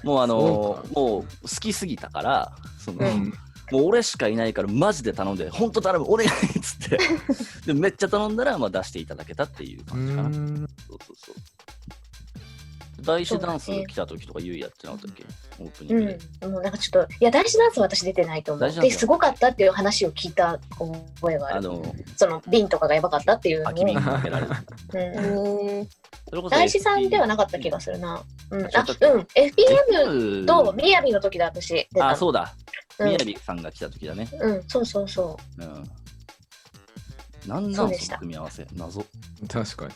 Speaker 2: もうあ
Speaker 1: そ
Speaker 2: の
Speaker 1: う
Speaker 2: もう好きすぎたからその、
Speaker 3: う
Speaker 1: うん
Speaker 2: もう俺しかいないからマジで頼んで本当頼むお願いっつ ってでめっちゃ頼んだらまあ出していただけたっていう
Speaker 1: う
Speaker 2: 感じかな、
Speaker 1: ーん
Speaker 2: そうそうそう大師ダンス来た時とかゆいやってなかったっけオープニングで、
Speaker 3: うん、もうなんかちょっといや大事ダンスは私出てないと思
Speaker 2: 大事
Speaker 3: う。
Speaker 2: ダンス
Speaker 3: で、すごかったっていう話を聞いた覚えが
Speaker 2: あ
Speaker 3: ある。
Speaker 2: の
Speaker 3: その瓶とかがやばかったっていうの
Speaker 2: 空き
Speaker 3: を
Speaker 2: 瓶かけられる
Speaker 4: え
Speaker 3: うん
Speaker 4: ー、
Speaker 2: それこそ
Speaker 3: 大師さんではなかった気がするな。うん、あ、うん、FPM とみやびの時だ私出たの。
Speaker 2: あそうだ
Speaker 3: うん
Speaker 2: みやびさんが来た時だね
Speaker 3: うん、そうそうそ
Speaker 2: うんなんな
Speaker 3: そうんでし
Speaker 2: そ
Speaker 3: た
Speaker 2: の組み合わせ謎
Speaker 1: 確かに
Speaker 3: う。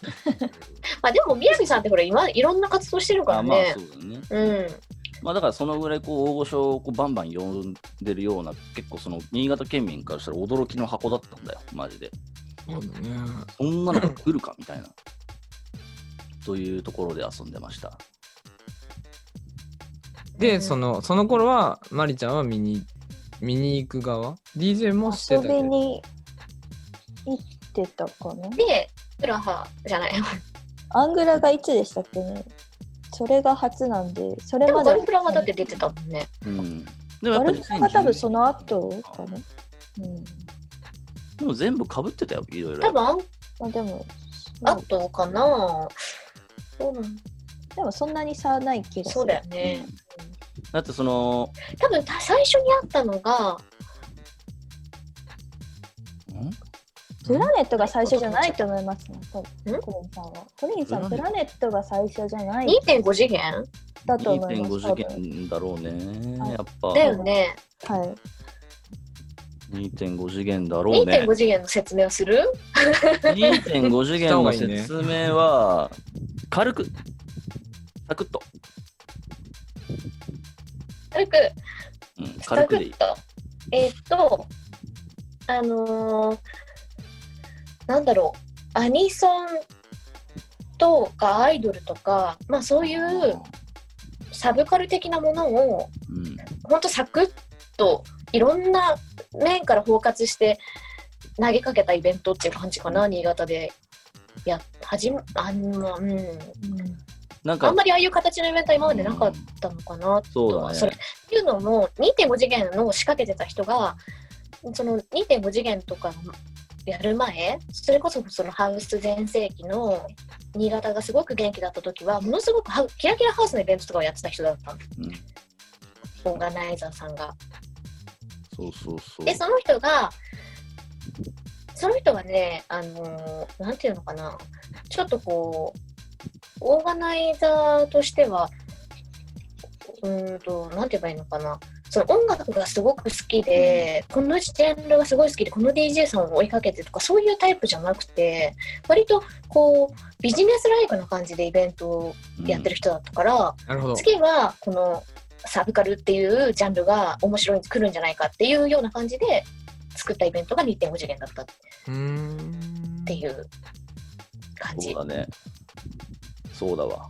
Speaker 3: まあでもみやびさんってほら今いろんな活動してるから
Speaker 2: あまあ
Speaker 3: ね
Speaker 2: そ。うだよね
Speaker 3: うん、
Speaker 2: まあだからそのぐらいこう大御所をこうバンバン呼んでるような結構その新潟県民からしたら驚きの箱だったんだよマジで
Speaker 1: そうだね
Speaker 2: そんなのが来るかみ たいなというところで遊んでました
Speaker 1: で、
Speaker 3: うん
Speaker 1: そのその頃はマリちゃんは見に見に行く側 DJ もして
Speaker 4: 遊
Speaker 1: たけ
Speaker 4: び
Speaker 1: ど
Speaker 4: に行ってたかな
Speaker 3: で、プラハじゃない。
Speaker 4: アングラがいつでしたっけねそれが初なんでそれ
Speaker 3: でも
Speaker 4: まで
Speaker 3: ガルプラはだって出てたもんね。
Speaker 2: うんでもや
Speaker 4: ガ
Speaker 2: っぱ
Speaker 4: ル
Speaker 2: り
Speaker 4: プラが多分その後かなうん
Speaker 2: でも全部かぶってたよいろいろ
Speaker 3: 多分あん
Speaker 4: まあでも
Speaker 3: あとかな。そうなん
Speaker 4: でもそんなに差はない気がする
Speaker 3: そうだよ
Speaker 2: うん
Speaker 3: ね。
Speaker 2: だってその
Speaker 3: 多分た最初にあったのが、
Speaker 2: ん
Speaker 4: プラネットが最初じゃないと思いますねコ
Speaker 3: ん
Speaker 4: コリンさんはコリンさん
Speaker 2: プ
Speaker 4: プ
Speaker 2: ラ
Speaker 4: ラネットが最初じゃない
Speaker 3: 2.5次元
Speaker 4: だと思います
Speaker 2: 2.5
Speaker 4: 多
Speaker 2: 次
Speaker 4: 分
Speaker 2: 元だろうねやっぱ
Speaker 3: だよね。
Speaker 4: はい
Speaker 2: 2.5次元だろうね
Speaker 3: 2.5。次元の説明をする
Speaker 2: 2.5次元の説明は、軽く、サクッと、
Speaker 3: 軽く
Speaker 2: うん、軽くでいい。
Speaker 3: サクッとえーっとあのーなんだろうアニソンとかアイドルとかまあそういうサブカル的なものを
Speaker 2: うん、
Speaker 3: ほんとサクッといろんな面から包括して投げかけたイベントっていう感じかな、新潟で。いや始めあの、うん
Speaker 2: なんか
Speaker 3: あんまりああいう形のイベントは今までなかったのかなと
Speaker 2: そう
Speaker 3: は、
Speaker 2: だ
Speaker 3: それ
Speaker 2: ね
Speaker 3: っ。ていうのも2.5次元の仕掛けてた人がその2.5次元とかやる前それこそそのハウス全盛期の新潟がすごく元気だった時はものすごくハウキラキラハウスのイベントとかをやってた人だったの
Speaker 2: うん
Speaker 3: オーガナイザーさんが。
Speaker 2: そうそうそう
Speaker 3: で。その人がその人はねあのーなんていうのかなちょっとこうオーガナイザーとしてはうーんとなんて言えばいいのかなその音楽がすごく好きで、このジャンルがすごい好きでこの DJ さんを追いかけてとかそういうタイプじゃなくて割とこうビジネスライクな感じでイベントをやってる人だったから、
Speaker 1: なるほど。
Speaker 3: 次はこのサブカルっていうジャンルが面白い来るんじゃないかっていうような感じで作ったイベントが2.5次元だったっ
Speaker 1: うーん。
Speaker 3: ていう感
Speaker 2: うん
Speaker 3: じ。
Speaker 2: そうだね。そうだわ。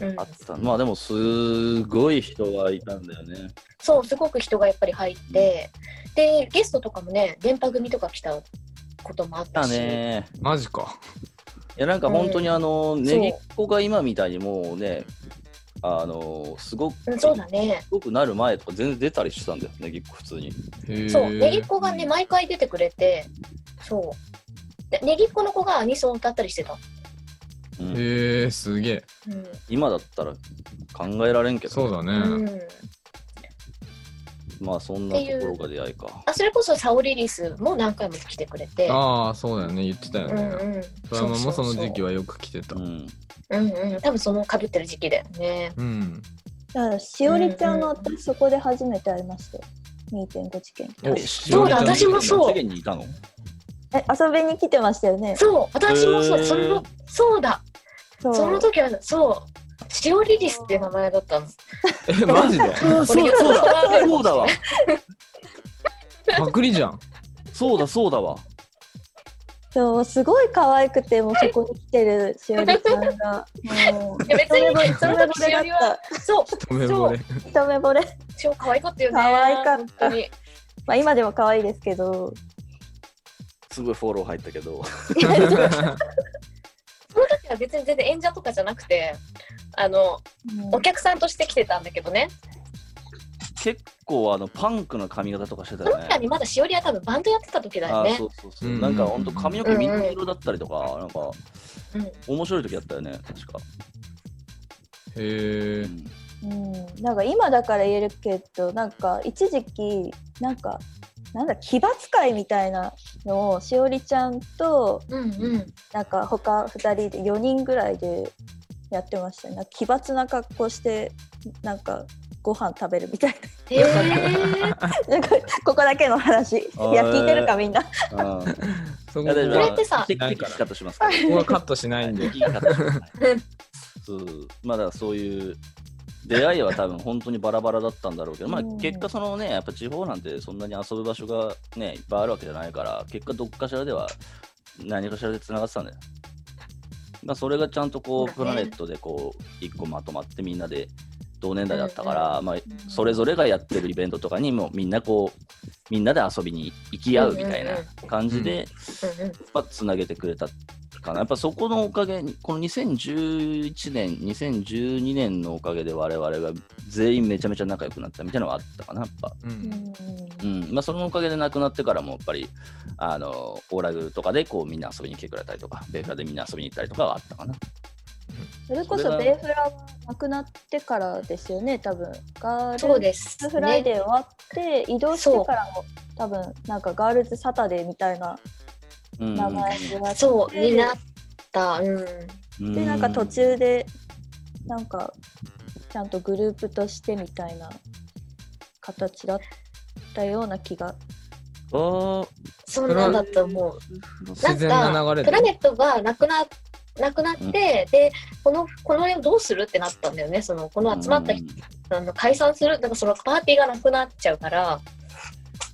Speaker 3: うん
Speaker 2: あった。まあでも、すごい人がいたんだよね。
Speaker 3: そうすごく人がやっぱり入ってでゲストとかもね電波組とか来たこともあっ
Speaker 2: だ
Speaker 3: たし。
Speaker 2: ね。
Speaker 1: マジか。
Speaker 2: いや、なんか本当にあの、
Speaker 3: ん
Speaker 2: ねぎっこが今みたいにもうね、あの、すごく、
Speaker 3: うん、そうだね
Speaker 2: す。ごくなる前とか全然出たりしてたんだよね、ぎっこ普通に。
Speaker 1: へえ。
Speaker 3: そう、ねぎっこがね、毎回出てくれて、そう。でねぎっこの子がアニソンを歌ったりしてた。
Speaker 2: うん
Speaker 1: へえ、すげえ。
Speaker 3: うん。
Speaker 2: 今だったら考えられんけど、
Speaker 1: そうだ
Speaker 3: う
Speaker 1: ね。
Speaker 3: ん、
Speaker 2: まあそんなところが出会いか。
Speaker 3: あ、それこそサオリリスも何回も来てくれて。
Speaker 1: ああ、そうだよね。言ってたよ
Speaker 3: うん
Speaker 1: ね。
Speaker 3: うん。
Speaker 1: 富山もその時期はよく来てた
Speaker 2: う。ん。
Speaker 3: うんうん、多分そのかぶってる時期だよね。
Speaker 1: うん。
Speaker 4: だからしおりちゃんは私そこで初めて会いましたよ2.5次元
Speaker 1: お
Speaker 3: そうだ私もそう
Speaker 2: 次元にいたの
Speaker 4: え遊びに来てましたよね
Speaker 3: そう、私もそう、
Speaker 2: へー
Speaker 3: その、そうだ、
Speaker 4: そう
Speaker 3: その時は、そう、シオリリスって名前だったの。
Speaker 1: え、 マジで
Speaker 2: そう
Speaker 3: そうだ
Speaker 2: そうだそうだわ。
Speaker 1: パクリじゃん。
Speaker 2: そうだそうだわ。
Speaker 4: そうすごい可愛くてもうそこに来てるしおりちゃんがもう
Speaker 3: いや別に
Speaker 4: 一
Speaker 3: その
Speaker 4: 目
Speaker 3: 時
Speaker 4: 惚れ
Speaker 3: し
Speaker 4: だ
Speaker 3: お
Speaker 4: っ
Speaker 3: りは、そう、
Speaker 1: 止めぼれ。
Speaker 4: た一目惚れ
Speaker 3: 超可愛かったよね。
Speaker 4: 可愛かった
Speaker 3: 本当に。
Speaker 4: まあ今でも可愛いですけど
Speaker 2: すごいフォロー入ったけど。
Speaker 3: その時は別に全然演者とかじゃなくて、あの、
Speaker 4: うん
Speaker 3: お客さんとして来てたんだけどね。
Speaker 2: 結構あのパンクな髪型とかしてた
Speaker 3: その
Speaker 2: よ
Speaker 3: 時は
Speaker 2: ね。
Speaker 3: ね、まだしおりは多分バンドやってた時だよ
Speaker 2: あ
Speaker 3: ね
Speaker 2: そう。そうそう。
Speaker 1: うん
Speaker 2: なんかほんと髪の毛緑色だったりとか、なんか
Speaker 3: うん
Speaker 2: 面白い時あったよね、確か。
Speaker 1: へえ。
Speaker 4: うん、なんか今だから言えるけどなんか一時期なんかなんだ奇抜会みたいなのをしおりちゃんと
Speaker 3: うんうん。
Speaker 4: なんか他2人で4人ぐらいでやってましたねなんか奇抜な格好してなんかご飯食べるみたい
Speaker 3: へえ。
Speaker 4: ななんかここだけの話い
Speaker 2: あー
Speaker 4: や聞いてるかみんな
Speaker 2: うん。うん。
Speaker 1: そこ
Speaker 2: いやでも
Speaker 3: それってさ
Speaker 2: テキテキカットしますから。
Speaker 1: ここはカットしないんで。
Speaker 2: そうまあだからそういう出会いは多分本当にバラバラだったんだろうけど、まあ
Speaker 4: うん
Speaker 2: 結果そのね、やっぱ地方なんてそんなに遊ぶ場所がね、いっぱいあるわけじゃないから、結果どっかしらでは何かしらで繋がってたんだよ。まあそれがちゃんとこう、プ
Speaker 3: そうだ
Speaker 2: ラ
Speaker 3: ね
Speaker 2: ネットでこう、一個まとまってみんなで同年代だったから、まあそれぞれがやってるイベントとかにもみんなこう、みんなで遊びに行き合うみたいな感じで、
Speaker 3: うんうん
Speaker 2: まあ、つなげてくれたかな。やっぱそこのおかげに、この2011年、2012年のおかげで我々が全員めちゃめちゃ仲良くなったみたいなのはあったかな、やっぱ。
Speaker 1: う
Speaker 4: うん
Speaker 1: ん。
Speaker 2: うん。まあ、そのおかげで亡くなってからも、やっぱり、あの、オーラグとかでこうみんな遊びに来てくれたりとか、ベーフラでみんな遊びに行ったりとかはあったかな。
Speaker 4: それ
Speaker 2: そ
Speaker 4: こ
Speaker 2: れ
Speaker 4: そ
Speaker 2: は
Speaker 4: ベーフラはなくなってからですよね多分ガ
Speaker 3: そ
Speaker 4: ー
Speaker 3: う
Speaker 4: ル
Speaker 3: です
Speaker 4: ズ
Speaker 3: ね。
Speaker 4: フライデー終わって移動してからも多分なんかガールズサタデーみたいな
Speaker 2: うん
Speaker 4: 名前になって
Speaker 3: そう、になった。うん。
Speaker 2: うん
Speaker 4: でなんか途中でなんかちゃんとグループとしてみたいな形だったような気が
Speaker 2: あー
Speaker 3: そんなんだと思う。
Speaker 1: 自然な流れ
Speaker 3: プ
Speaker 1: で
Speaker 3: ラネットがなくななくなって、
Speaker 2: うん
Speaker 3: でこのこの絵をどうするってなったんだよねそのこの集まった人、あの解散するだからそのパーティーがなくなっちゃうから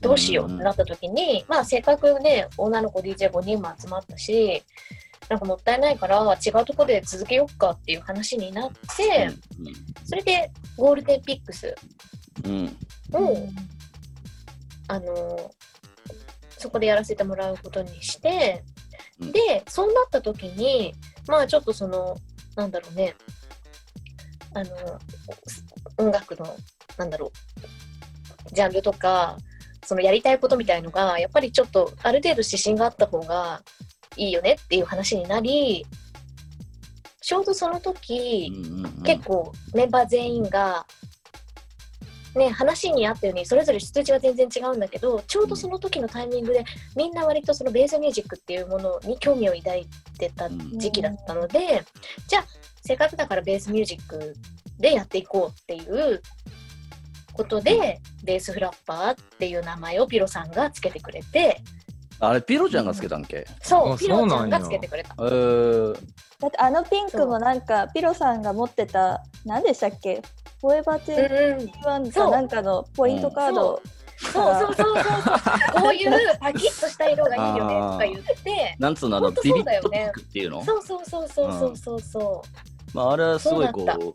Speaker 3: どうしようってなった時に、まあせっかくね女の子 DJ5 人も集まったしなんかもったいないから違うとこで続けよっかっていう話になって、それでゴールデンピックス
Speaker 2: うんうんうん
Speaker 3: を、あのそこでやらせてもらうことにして、
Speaker 2: うん
Speaker 3: でそうなった時にまあちょっとそのなんだろうねあの音楽のなんだろうジャンルとかそのやりたいことみたいのがやっぱりちょっとある程度指針があった方がいいよねっていう話になりちょうどその時、
Speaker 2: うんうん
Speaker 3: 結構メンバー全員が、ね、話にあったようにそれぞれ出自は全然違うんだけどちょうどその時のタイミングでみんな割とそのベースミュージックっていうものに興味を抱いてた
Speaker 2: うん
Speaker 3: 時期だったので、じゃあせっかくだからベースミュージックでやっていこうっていうことでベースフラッパーっていう名前をピロさんがつけてくれて
Speaker 2: あれピロちゃんがつけたんけ
Speaker 3: そう
Speaker 1: あ
Speaker 3: ピ
Speaker 1: そ
Speaker 3: ロ
Speaker 1: う
Speaker 3: ち
Speaker 1: な
Speaker 3: ゃ
Speaker 1: ん
Speaker 3: ん
Speaker 1: や
Speaker 3: がつけてくれた
Speaker 2: えー
Speaker 4: だってあのピンクもなんかピロさんが持ってた何でしたっけフォーエバ
Speaker 3: う
Speaker 4: ー
Speaker 3: ん
Speaker 4: 21
Speaker 3: そ
Speaker 4: か
Speaker 3: う
Speaker 4: なんかのポイントカード、
Speaker 3: そうそうそうそうそう。こういうパキッとした色がいいよねとか言って。
Speaker 2: なんつうのあの
Speaker 3: ほんと
Speaker 2: ビ
Speaker 3: そ
Speaker 2: ビ
Speaker 3: うだ
Speaker 2: ッ
Speaker 3: よ
Speaker 2: と
Speaker 3: ね
Speaker 2: ピックっていうの
Speaker 3: そうそうそうそうそうそうそ
Speaker 2: まああれはすごい
Speaker 3: そう
Speaker 2: こ
Speaker 3: だった
Speaker 2: う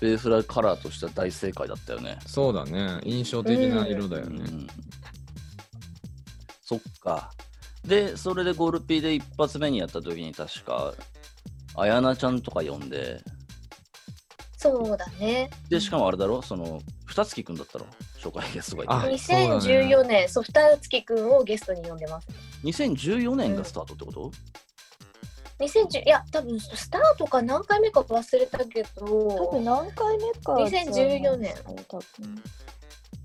Speaker 2: ベースラカラーとしては大正解だったよね
Speaker 1: そうだね印象的な色だよね、
Speaker 2: うんそっかでそれでゴールピーで一発目にやった時に確かあやなちゃんとか呼んで
Speaker 3: う。そうだね。
Speaker 2: でしかもあれだろその二月くんだったろ紹介ゲストがい
Speaker 1: あ
Speaker 2: て
Speaker 3: 2014年、ソフターツキくんをゲストに呼んでます。
Speaker 2: 2014年がスタートってこと、
Speaker 3: 2010いや多分スタートか何回目か忘れたけ
Speaker 4: 多分
Speaker 3: ど。
Speaker 4: 何回目か
Speaker 3: 2014年
Speaker 4: 多分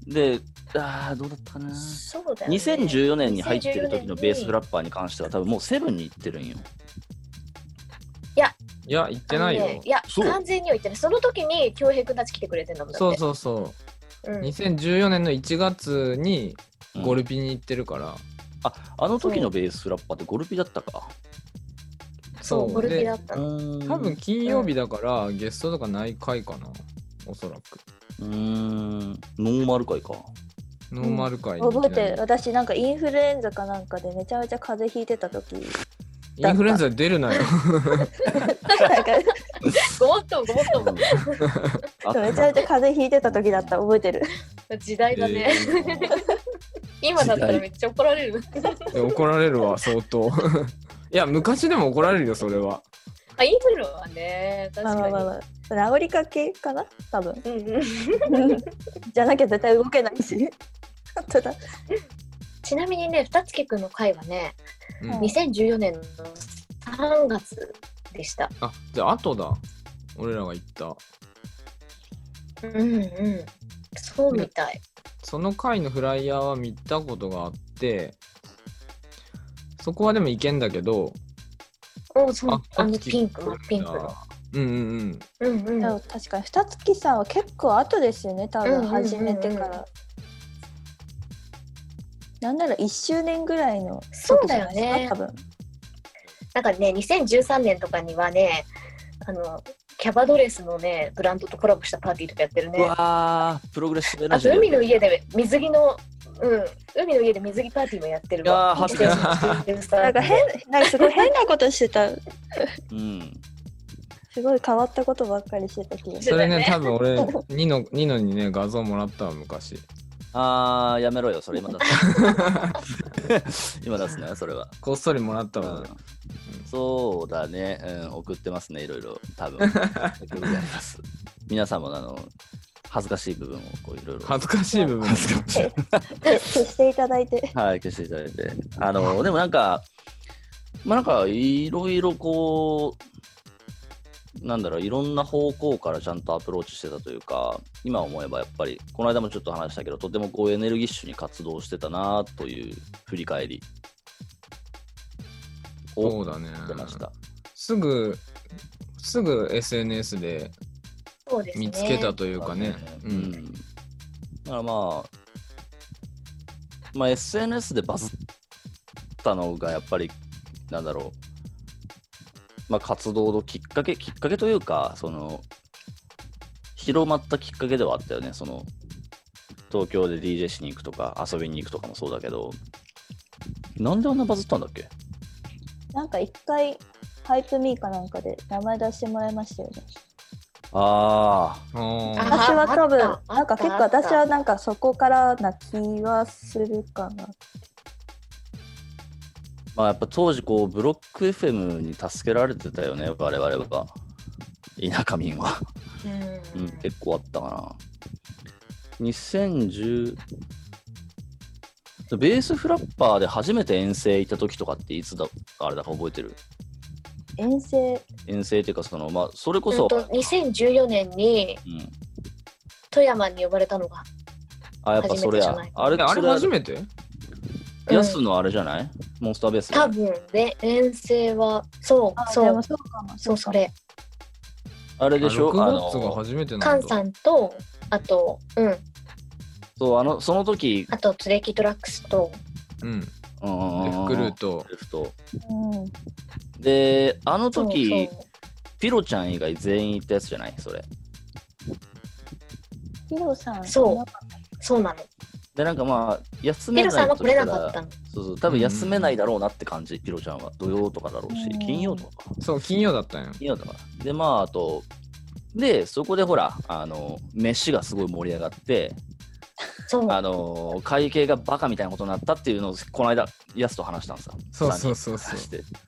Speaker 2: でああどうだったかな
Speaker 3: そうだよ、ね。
Speaker 2: 2014年に入ってる
Speaker 3: 2014年
Speaker 2: 時のベースフラッパーに関しては多分もうセブンに行ってるんよ
Speaker 1: いや行ってないよ、
Speaker 3: あのねいや
Speaker 2: そう
Speaker 3: 完全には言ってない。その時に恭平くんたち来てくれてんだもんだって。。
Speaker 1: そうそうそう
Speaker 3: うん。
Speaker 1: 2014年の1月にゴルピに行ってるから、
Speaker 2: ああの時のベースフラッパーってゴルピだったか
Speaker 1: そ
Speaker 3: そう
Speaker 1: う
Speaker 3: ゴルピ
Speaker 1: で
Speaker 3: だったの。
Speaker 2: ん
Speaker 1: 多分金曜日だから、ゲストとかない回かなおそらく
Speaker 2: うーんノーマル会か
Speaker 1: ノーマル回に
Speaker 4: 覚えてる
Speaker 1: いきな
Speaker 4: 私なんかインフルエンザかなんかでめちゃめちゃ風邪ひいてた時
Speaker 1: りインフルエンザ出るなよ
Speaker 4: なんか
Speaker 3: ごもっともごもっとも
Speaker 2: あ
Speaker 4: めちゃめちゃ風邪ひいてた時だった覚えてる
Speaker 3: 時代だね。
Speaker 2: えー
Speaker 3: 今だったらめっちゃ怒られる。
Speaker 1: いや怒られ るわ相当 いや昔でも怒られるよそれは
Speaker 3: あ、インフルはね、確
Speaker 4: まあま
Speaker 3: か
Speaker 4: あ
Speaker 3: に。
Speaker 4: まあまあそれアオリカ系かな 多分
Speaker 3: うんうん、
Speaker 4: じゃなきゃ絶対動けないし本当だ
Speaker 3: ちなみにね、二月くんの回はね、
Speaker 1: うん
Speaker 4: はい
Speaker 3: 2014年の3月でした。
Speaker 1: あじゃあ後だ俺らが行った
Speaker 3: うんうん。そうみたい。
Speaker 1: その回のフライヤーは見たことがあってそこはでも行けんだけど
Speaker 3: おそのあの
Speaker 1: 月
Speaker 3: ピンク、真っピンクの。
Speaker 1: うんうんうん
Speaker 3: うんうん。
Speaker 4: でも確かに二月さんは結構後ですよね多
Speaker 3: うんうん
Speaker 4: 分
Speaker 3: うんうん
Speaker 4: 始めてから、なんなら1周年ぐらいの
Speaker 3: そうだよね
Speaker 4: 時じゃないですか多分
Speaker 3: なんかね、2013年とかにはね、あの、キャバドレスのね、ブランドとコラボしたパーティーとかやってる
Speaker 2: う
Speaker 3: ね。
Speaker 2: わープログレッシブエナ
Speaker 3: あ
Speaker 2: ジ
Speaker 3: と、
Speaker 2: ー
Speaker 3: 海の家で水着の、うん、海の家で水着パーティーもやってる
Speaker 2: いや
Speaker 3: わ。
Speaker 2: ー恥ずかしい
Speaker 4: なんか変なんかすごい変なことしてた
Speaker 2: うん
Speaker 4: すごい変わったことばっかりしてた気がする
Speaker 1: それね
Speaker 3: ね
Speaker 1: 多分俺 ニノニノにね画像もらったわ昔
Speaker 2: あーやめろよそれ今出す 今出すなよそれは
Speaker 1: こっそりもらったわ、
Speaker 2: うんそうだね、うん、送ってますね、いろいろ、多 分送ってあります。皆さんもあの恥ずかしい部分をこういろいろ。
Speaker 1: 恥ずかしい部分
Speaker 2: 恥ずかしい
Speaker 4: 消していただいて
Speaker 2: はい、消していただいて。あの、でもなんか、まあなんか、いろいろこう、なんだろう、いろんな方向からちゃんとアプローチしてたというか、今思えばやっぱり、この間もちょっと話したけど、とてもこうエネルギッシュに活動してたなという振り返り
Speaker 1: そ
Speaker 2: を
Speaker 1: うだね
Speaker 2: してました。
Speaker 1: すぐすぐ SNS で見つけたというかね
Speaker 2: そうだね
Speaker 1: う
Speaker 2: うんん。だからまあ、まあ、SNS でバズったのがやっぱりなんだろう、まあ、活動のきっかけきっかけというかその広まったきっかけではあったよねその東京で DJ しに行くとか遊びに行くとかもそうだけどなんであんなバズったんだっけ
Speaker 4: なんか一回ハイプミーかなんかで名前出してもらいましたよね
Speaker 2: ああ
Speaker 1: おー
Speaker 3: あ
Speaker 4: 私は多分
Speaker 3: あった
Speaker 4: なんか結構
Speaker 3: あった
Speaker 4: 私はなんかそこからな気はするかな
Speaker 2: まあやっぱ当時こうブロック FM に助けられてたよね我々は田舎民は、
Speaker 3: う
Speaker 2: うんん、結構あったかな2010ベースフラッパーで初めて遠征行った時とかっていつだあれだか覚えてる
Speaker 4: 遠征
Speaker 2: 遠征っていうかそのまあそれこ
Speaker 3: う
Speaker 2: そ
Speaker 3: ん、と2014年に
Speaker 2: うん、
Speaker 3: 富山に呼ばれたのが、
Speaker 2: あやっぱそれや
Speaker 3: 初めてじゃない
Speaker 2: あれ
Speaker 1: えあれ初
Speaker 2: め
Speaker 1: めて
Speaker 3: うん
Speaker 2: ヤスのあれじゃないモンスターベース
Speaker 3: 多分で遠征はそう
Speaker 4: で
Speaker 3: そ
Speaker 4: も
Speaker 3: う
Speaker 4: そうかも
Speaker 3: そうそれ
Speaker 2: あれ
Speaker 1: あ
Speaker 2: でしょ
Speaker 1: 6
Speaker 2: あ
Speaker 1: 月が
Speaker 2: の
Speaker 1: 初めてな
Speaker 3: カ
Speaker 1: ん
Speaker 3: ンさ
Speaker 1: だ。
Speaker 3: んとあとうん
Speaker 2: そうあのその時
Speaker 3: あとツレキトラックスと
Speaker 1: うん。で、
Speaker 2: うんうんうん
Speaker 1: フクルート
Speaker 2: フ。ルート
Speaker 4: うん
Speaker 2: であの
Speaker 3: そう
Speaker 2: 時
Speaker 3: そう
Speaker 2: ピロちゃん以外全員行ったやつじゃないそれ。
Speaker 4: ヒロさん
Speaker 3: そう
Speaker 4: なん
Speaker 3: そうなの
Speaker 2: で、なんかまあ、休め
Speaker 3: ヒ
Speaker 2: ない
Speaker 3: ロさんは
Speaker 2: と
Speaker 3: 来
Speaker 2: し
Speaker 3: れ
Speaker 2: たら
Speaker 3: なかったの
Speaker 2: そうそう、多分休めないだろうなって感じ、ピロちゃんは。土曜とかだろうし
Speaker 4: う、ん
Speaker 2: 金曜とかか。
Speaker 1: そう、金曜だったんよ。
Speaker 2: 金曜だから。で、まあ、あと、で、そこでほら、あの、飯がすごい盛り上がって、
Speaker 3: そう
Speaker 2: あの、会計がバカみたいなことになったっていうのを、この間、やすと話したんさ。
Speaker 1: そうそうそうそう
Speaker 2: 三人で話して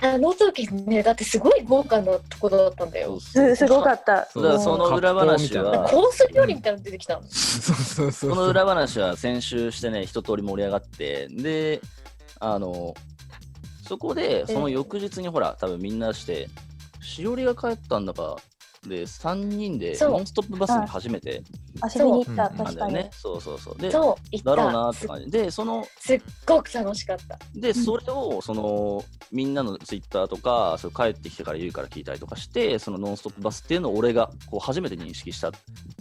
Speaker 3: あの時ねだってすごい豪華なところだったんだよ
Speaker 2: そう
Speaker 4: すすごかった
Speaker 1: そう
Speaker 2: だから
Speaker 4: もう
Speaker 2: その裏話
Speaker 1: 割烹みたい
Speaker 2: は
Speaker 1: な、
Speaker 3: コース料理みたいなの出てきたの、
Speaker 1: そうそうそう。
Speaker 2: この裏話は先週してね、一通り盛り上がって、で、あの、そこで、その翌日にほら、多分みんなして、しおりが帰ったんだか、で、3人で
Speaker 3: そう
Speaker 2: ノンストップバスに初めて
Speaker 4: 遊びに行
Speaker 1: そう
Speaker 4: った
Speaker 2: なん
Speaker 4: 確
Speaker 2: だ
Speaker 4: か
Speaker 2: よ
Speaker 4: に、
Speaker 2: ね。そうそうそう。で、だ
Speaker 3: そう行った
Speaker 2: ろうなって
Speaker 3: す
Speaker 2: 感じ。で、その、
Speaker 3: すっごく楽しかった
Speaker 2: で、それを、その、みんなのツイッターとか、それ帰ってきてからゆうから聞いたりとかして、そのノンストップバスっていうのを俺がこう初めて認識した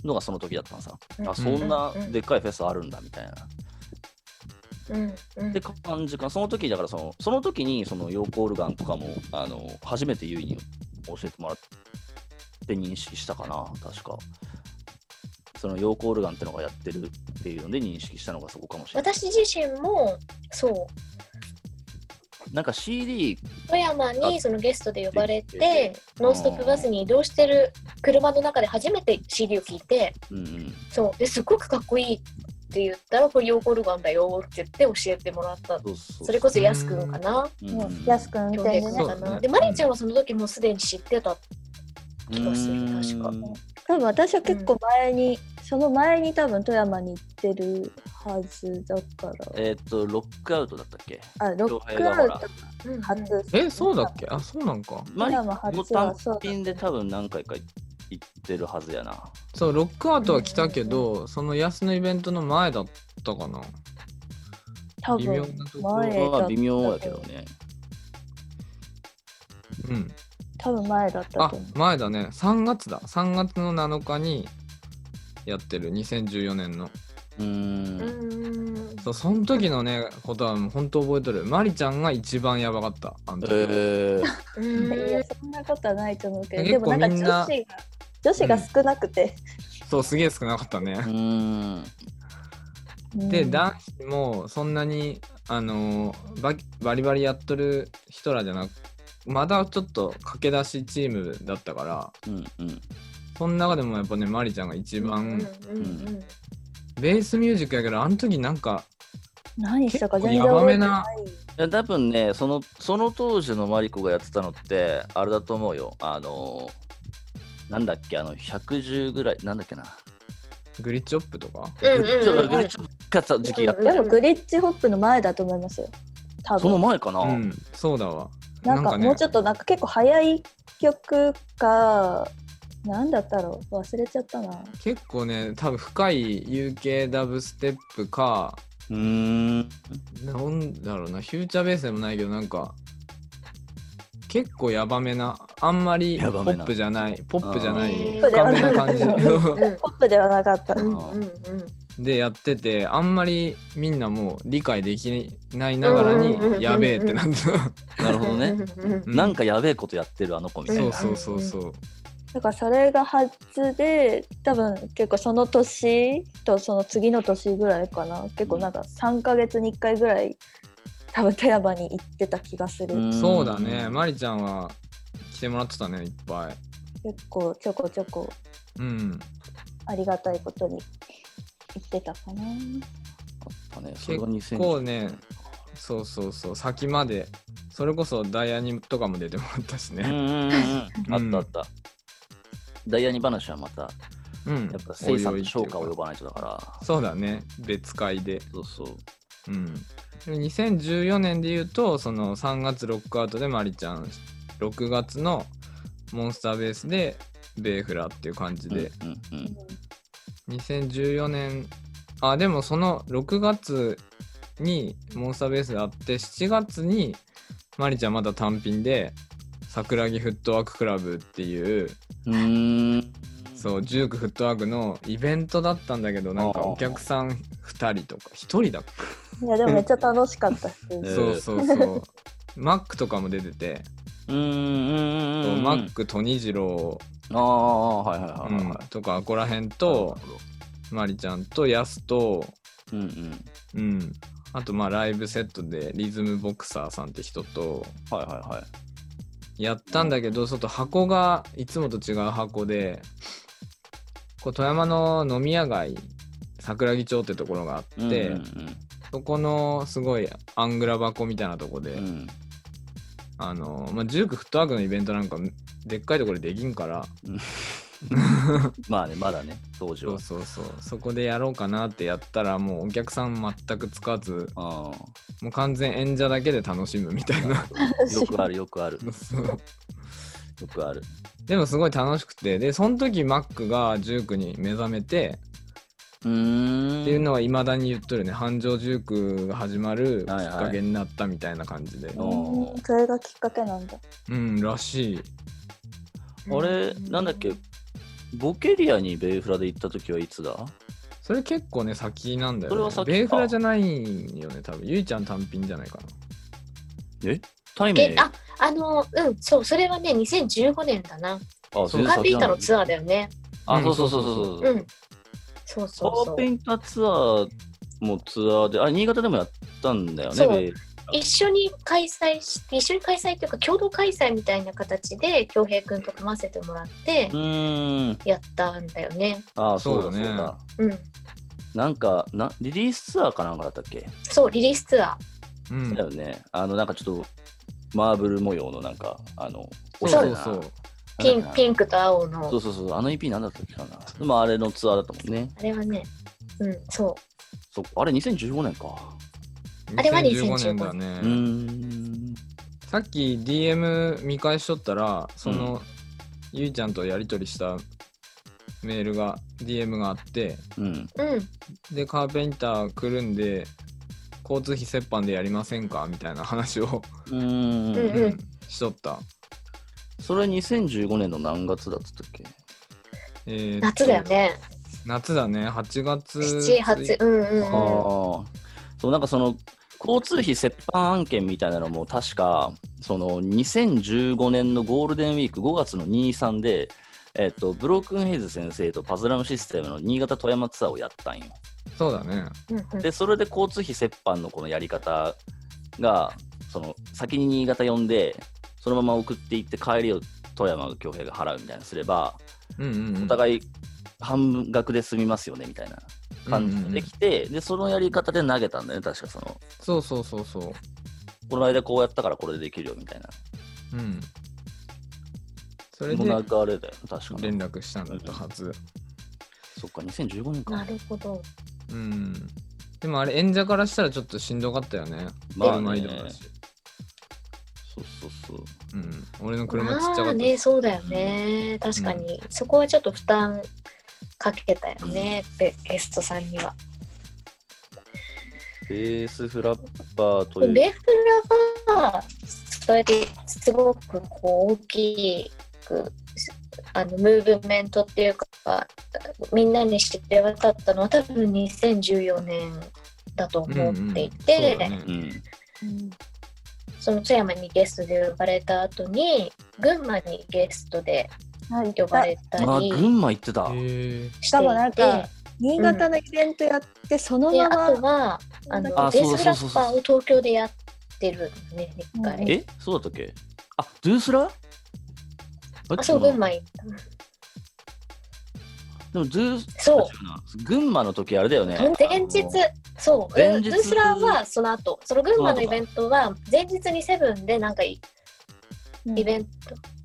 Speaker 2: のがその時だったのさ。
Speaker 3: うん
Speaker 2: あ、そんな
Speaker 3: うん
Speaker 2: でっかいフェスあるんだみたいな。
Speaker 3: うんうん
Speaker 2: って感じかその時だからそのその時にそのヨーコールガンとかもあの初めてユイに教えてもらって認識したかな確かそのヨーコールガンってのがやってるっていうので認識したのがそこかもしれない
Speaker 3: 私自身もそう
Speaker 2: なんか CD
Speaker 3: 富山にそのゲストで呼ばれて
Speaker 2: あ
Speaker 3: ノンストップバスに移動してる車の中で初めて CD を聴いて
Speaker 2: うんうん
Speaker 3: そうですごくかっこいいって言ったらこれヨーコルガンだよって言って教えてもらった
Speaker 2: そうそう
Speaker 3: それこそやすくんかな
Speaker 2: そ
Speaker 4: もう安く運
Speaker 3: 今
Speaker 4: 転
Speaker 3: 日で
Speaker 4: でね
Speaker 1: そ
Speaker 3: か
Speaker 1: うだ
Speaker 3: な
Speaker 1: ね
Speaker 3: でマリンちゃんはその時もうすでに知ってた気がする確か
Speaker 4: 多分私は結構前に、その前に多分富山に行ってるはずだか
Speaker 2: えーっとロックアウトだったっけ
Speaker 4: らあロックアウト
Speaker 3: うんうん
Speaker 4: 初、
Speaker 1: え、そうだっけあ、そうなんか。
Speaker 2: マリ
Speaker 4: 富山
Speaker 2: の
Speaker 4: 初
Speaker 2: 単
Speaker 4: はそうだ
Speaker 2: 品で多分何回か行ってるはずやな
Speaker 1: そう、ロックアウトは来たけど、その安のイベントの前だったかな。
Speaker 4: 多
Speaker 1: 微妙
Speaker 4: 分
Speaker 1: なところ
Speaker 4: 前
Speaker 2: ま
Speaker 4: だ
Speaker 2: あ微妙やけどね
Speaker 1: うん。
Speaker 4: 多分前だった
Speaker 1: あ
Speaker 4: と思う、
Speaker 1: 前だね。3月だ。3月の7日にやってる、2014年の。
Speaker 2: うーん
Speaker 3: うん
Speaker 1: そう、その時のね、ことはもう本当覚えとる。マリちゃんが一番やばかった。あの時
Speaker 2: えー
Speaker 3: うん
Speaker 4: いやそんなことはないと思うけど
Speaker 1: 結
Speaker 4: で
Speaker 1: 構
Speaker 4: もなんか
Speaker 1: みん
Speaker 4: 女
Speaker 1: な
Speaker 4: 子が女子が少なくて、
Speaker 1: そう、すげえ少なかったね。
Speaker 2: うーん
Speaker 1: で
Speaker 4: うん
Speaker 1: 男子もそんなにあのーバキバリバリやっとる人らじゃなくまだちょっと駆け出しチームだったから
Speaker 2: うんうん
Speaker 1: その中でもやっぱねマリちゃんが一番
Speaker 3: うんうんうん
Speaker 1: ベースミュージックやけどあの時なんか
Speaker 4: 何したか全然
Speaker 1: 結構やば
Speaker 4: 覚え
Speaker 1: め
Speaker 4: て
Speaker 1: な
Speaker 4: ない
Speaker 2: いや多分ねそのその当時のマリコがやってたのってあれだと思うよあのーなんだっけあの110ぐらいなんだっけな
Speaker 1: グリッチョップとか
Speaker 3: うん
Speaker 2: グリッチョ
Speaker 3: うんうん
Speaker 2: グリッチョがった時期やっ
Speaker 3: うん
Speaker 2: た
Speaker 4: でもグリッチホップの前だと思いますよ多
Speaker 2: その
Speaker 4: 分
Speaker 2: 前かな、
Speaker 1: うんそうだわ
Speaker 4: なん
Speaker 1: なん
Speaker 4: か
Speaker 1: かね
Speaker 4: もうちょっとなんか結構早い曲かなんだったろう忘れちゃったな
Speaker 1: 結構ね多分深い UK ダブステップか
Speaker 2: うーん
Speaker 1: なんだろうなフューチャーベースでもないけどなんか結構ヤバめなあんまりポ
Speaker 2: やばめな
Speaker 1: ップじゃないポップじゃない
Speaker 3: あー
Speaker 1: 深めな感じ
Speaker 4: ポップではなかった
Speaker 3: うんうんうん
Speaker 1: でやっててあんまりみんなもう理解できないながらに
Speaker 3: うんうんうんうん
Speaker 1: やべえってなった
Speaker 2: なるほどね。
Speaker 3: ね
Speaker 1: う
Speaker 2: なんかやべえことやってるあの子みたい
Speaker 1: そう
Speaker 2: な。
Speaker 1: そうそうそう
Speaker 4: だからそれが初で多分結構その年とその次の年ぐらいかな結構なんか3ヶ月に1回ぐらい多分富山に行ってた気がする、
Speaker 2: うん
Speaker 1: そうだねまりちゃんは来てもらってたねいっぱい
Speaker 4: 結構ちょこちょこ
Speaker 1: うん
Speaker 4: ありがたいことに行ってた
Speaker 2: あ
Speaker 4: かな
Speaker 2: ったねそれ
Speaker 1: 結
Speaker 2: が2000
Speaker 1: 構ねそうそうそう先までそれこそダイアニとかも出てもらったし
Speaker 2: うん
Speaker 1: ね
Speaker 2: うんうんうん。あ
Speaker 1: うん
Speaker 2: ったあった。ダイアニ話はまた、や
Speaker 1: うん
Speaker 2: っぱ、せいさん
Speaker 1: おいおい
Speaker 2: と
Speaker 1: っていうか
Speaker 2: 昇華を呼ばないとだから。
Speaker 1: そうだね別会で
Speaker 2: そうそう。
Speaker 1: うんで2014年で言うとその3月ロックアウトでマリちゃん6月のモンスターベースでベーフラっていう感じで、
Speaker 2: うんうんうん、
Speaker 1: 2014年あでもその6月にモンスターベースであって7月にマリちゃんまだ単品で桜木フットワーククラブっていう
Speaker 2: うーん。
Speaker 1: そうジュークフットワークのイベントだったんだけどなんかお客さん2人とか1人だっけ
Speaker 4: いやでもめっちゃ楽しか ったし、
Speaker 2: え
Speaker 1: そうそうそう。マックとかも出てて、
Speaker 2: うんうんうんうんうん。
Speaker 1: マック、トニジロ
Speaker 2: ああ、はいはい
Speaker 1: ー、
Speaker 2: は
Speaker 1: う
Speaker 2: い
Speaker 1: ん
Speaker 2: は
Speaker 1: とか、ここら辺
Speaker 2: い。
Speaker 1: と、マリちゃんと、ヤスと、
Speaker 2: うんうん。
Speaker 1: うん、あと、まあ、ライブセットで、リズムボクサーさんって人と、
Speaker 2: はいはいはい。
Speaker 1: やったんだけど、ちょっと箱がいつもと違う箱で、こう富山の飲み屋街、桜木町ってところがあって、
Speaker 2: うん
Speaker 1: そこのすごいアングラ箱みたいなとこで、
Speaker 2: うんうん
Speaker 1: あの、まあ、ジュークフットワークのイベントなんか、でっかいところでできんから、
Speaker 2: まあね、まだね、当時
Speaker 1: そ
Speaker 2: は
Speaker 1: う。そうそうそこでやろうかなってやったらもうお客さん全くつかずも
Speaker 2: ああ
Speaker 1: う完全演者だけで楽しむみたいな
Speaker 2: よくあるよくある
Speaker 1: そう
Speaker 2: よくある。
Speaker 1: でもすごい楽しくてでその時マックが19に目覚めて
Speaker 2: うーん。
Speaker 1: っていうのはいまだに言っとるね繁盛19が始まるきっかけになったみたいな感じで、
Speaker 2: いおー
Speaker 4: それがきっかけなんだ
Speaker 1: うんらしい
Speaker 2: あれ、なんだっけ、ボケリアにベイフラで行った時はいつだ
Speaker 1: それ結構ね先なんだよ、ね、
Speaker 2: それは先か
Speaker 1: ベイフラじゃないんよね多分ゆいちゃん単品じゃないかな
Speaker 2: タイム
Speaker 3: えああのうんそうそれはね2015年だな
Speaker 2: あ
Speaker 1: そう
Speaker 2: 全然先なの
Speaker 3: カーペインターのツアーだよね
Speaker 2: あ、
Speaker 1: うん
Speaker 2: そうそうそうそうそう。
Speaker 3: うんそう
Speaker 2: カ
Speaker 3: そう
Speaker 2: ー
Speaker 3: そう
Speaker 2: ペインターツアーもツアーで、あ、新潟でもやったんだよね、
Speaker 3: そう
Speaker 2: ベイ
Speaker 3: 一緒に開催し一緒に開催というか共同開催みたいな形で恭平君と組ませてもらって
Speaker 2: うーん。
Speaker 3: やったんだよね
Speaker 2: あ、そうだ
Speaker 1: そう
Speaker 2: そう
Speaker 1: だね
Speaker 2: だ。
Speaker 3: うん
Speaker 2: なんかな、リリースツアーかなんかだったっけ
Speaker 3: そうリリースツア
Speaker 1: うん
Speaker 2: だよね。あの、なんかちょっと、マーブル模様のなんか、あの、
Speaker 1: そう
Speaker 2: おしゃれ
Speaker 1: そう
Speaker 2: な
Speaker 1: そう
Speaker 3: ーピン
Speaker 2: なんだっけな
Speaker 3: ピンクと青の
Speaker 2: そうそうそう、あの EP なんだったっけかな。でもあれのツアーだったもんね。
Speaker 3: あれはねうんそう
Speaker 2: そっかあれ2015年か。
Speaker 3: あれは
Speaker 1: 2015年だね
Speaker 2: うーん。
Speaker 1: さっき DM 見返しとったらその、ゆいちゃんとやり取りしたメールが DM があって
Speaker 2: うん。
Speaker 3: うん
Speaker 1: でカーペンター来るんで交通費折半でやりませんかみたいな話を、
Speaker 2: うーん。
Speaker 3: うん
Speaker 1: うんしとった、
Speaker 2: それ2015年の何月だっつったっけ
Speaker 1: えーっと
Speaker 3: 夏だよね
Speaker 1: 夏だね8月
Speaker 3: 7、8、うんうん
Speaker 2: ああ
Speaker 3: うん。
Speaker 2: ー。そう、なんかその、交通費折半案件みたいなのも確か、その2015年のゴールデンウィーク5月の2、3で、えっと、ブロークンヘイズ先生とパズラムシステムの新潟富山ツアーをやったんよ。
Speaker 1: そうだね
Speaker 3: うんうん
Speaker 2: でそれで交通費折半のこのやり方がその先に新潟呼んでそのまま送っていって帰りを富山の京平が払うみたいにすれば
Speaker 1: うんうん、うん、
Speaker 2: お互い半額で済みますよねみたいな感じでできて、でそのやり方で投げたんだよね確かその
Speaker 1: そうそうそうそ
Speaker 2: この間こうやったからこれでできるよみたいな
Speaker 1: ううんそれ
Speaker 2: こ
Speaker 1: で
Speaker 2: の流れだよね確か
Speaker 1: 連
Speaker 2: に
Speaker 1: 絡したんだったはず
Speaker 2: そっか2015年
Speaker 3: な
Speaker 2: か
Speaker 3: るほど。
Speaker 1: うんでもあれ演者からしたらちょっとしんどかったよね
Speaker 2: まあ
Speaker 1: 車
Speaker 2: ね
Speaker 1: 移動だし
Speaker 2: そうそうそう
Speaker 1: うん、俺の車ちっちゃ
Speaker 3: ま
Speaker 1: かっ
Speaker 3: あ
Speaker 1: た
Speaker 3: ね、
Speaker 1: し。
Speaker 3: そうだよね。確かに。そこはちょっと負担かけたよね、ベゲストさんには。
Speaker 2: ベースフラッパーという
Speaker 3: ベフラが、そうやってすごくこう大きく、あのムーブメントっていうか、みんなに知れ渡ったのは多分2014年だと思っていて、
Speaker 1: うんうんそうだね
Speaker 2: うん。
Speaker 4: うん
Speaker 3: その富山にゲストで呼ばれた後に群馬にゲストで
Speaker 4: はい、
Speaker 3: 呼ばれた
Speaker 2: あ、
Speaker 3: り
Speaker 2: 群馬行ってた。
Speaker 1: へ
Speaker 3: し
Speaker 4: してか
Speaker 3: い
Speaker 4: もなん
Speaker 3: て、
Speaker 4: か新潟のイベントやって、その
Speaker 3: で
Speaker 4: ま
Speaker 3: あと
Speaker 4: ま
Speaker 3: はあの
Speaker 2: あ
Speaker 3: デ
Speaker 2: そう
Speaker 3: ー
Speaker 2: だ
Speaker 3: スラ
Speaker 2: そう
Speaker 3: ッ
Speaker 2: そう
Speaker 3: パー
Speaker 2: そう
Speaker 3: を東京でやってるのね一回、
Speaker 4: うん
Speaker 2: え、そうだったっけあ、ドゥースラ
Speaker 3: あそう群
Speaker 2: 馬。
Speaker 3: 馬行った
Speaker 2: でもドゥース
Speaker 3: そう
Speaker 2: う。群馬の時あれだよね。
Speaker 3: 前日
Speaker 2: あの
Speaker 3: そう
Speaker 2: 前
Speaker 3: ル
Speaker 2: 日
Speaker 3: ルスラーはその後その群馬のイベントは前日にセブンでなんかイイベ
Speaker 4: ン
Speaker 3: ン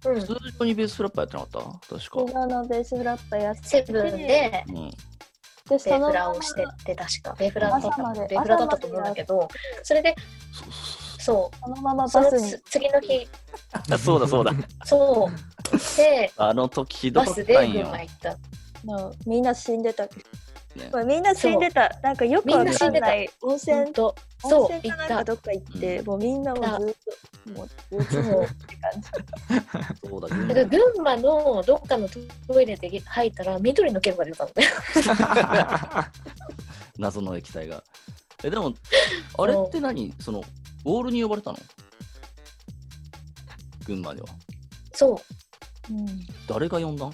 Speaker 3: ト、うん、
Speaker 2: 通常にベースフラッパーやってなかった確か。
Speaker 4: トのベースフラッパーやって
Speaker 3: セブンで
Speaker 2: うん。
Speaker 4: で
Speaker 3: ベ
Speaker 4: そ
Speaker 3: ー
Speaker 4: の
Speaker 3: フ
Speaker 4: ま
Speaker 3: ラ
Speaker 4: ま
Speaker 3: をしてって確かベーフラだった
Speaker 4: 朝まで
Speaker 3: ベーフラだったと思うんだけどそれで
Speaker 2: そうそうそう
Speaker 3: そ
Speaker 4: そのまま
Speaker 3: うそ
Speaker 4: バ
Speaker 3: の
Speaker 4: スに
Speaker 3: つ次の日
Speaker 2: そう。そうだそうだ。
Speaker 3: そうで
Speaker 2: あの時ひど
Speaker 3: バ
Speaker 2: かった
Speaker 3: ス
Speaker 2: んよ。
Speaker 3: で群馬行った
Speaker 4: のみんな死んでたけど、
Speaker 2: ね
Speaker 4: これみんな死んでたなんかよくわかんない温
Speaker 3: ほん
Speaker 4: 泉
Speaker 3: と
Speaker 4: 温
Speaker 3: そう
Speaker 4: 泉
Speaker 3: 行
Speaker 4: か
Speaker 3: っ
Speaker 4: なんか
Speaker 3: た
Speaker 4: どっか行って、もうみんなもうずっともうずっと
Speaker 3: そう
Speaker 4: って感じ
Speaker 2: そうだ群
Speaker 3: だから
Speaker 2: 馬。
Speaker 3: 群馬のどっかのトイレで入ったら緑の毛が出たのね
Speaker 2: 謎の液体が。え、でも、あれって何その、ウォールに呼ばれたの群馬では。
Speaker 3: そう
Speaker 2: 誰が呼んだん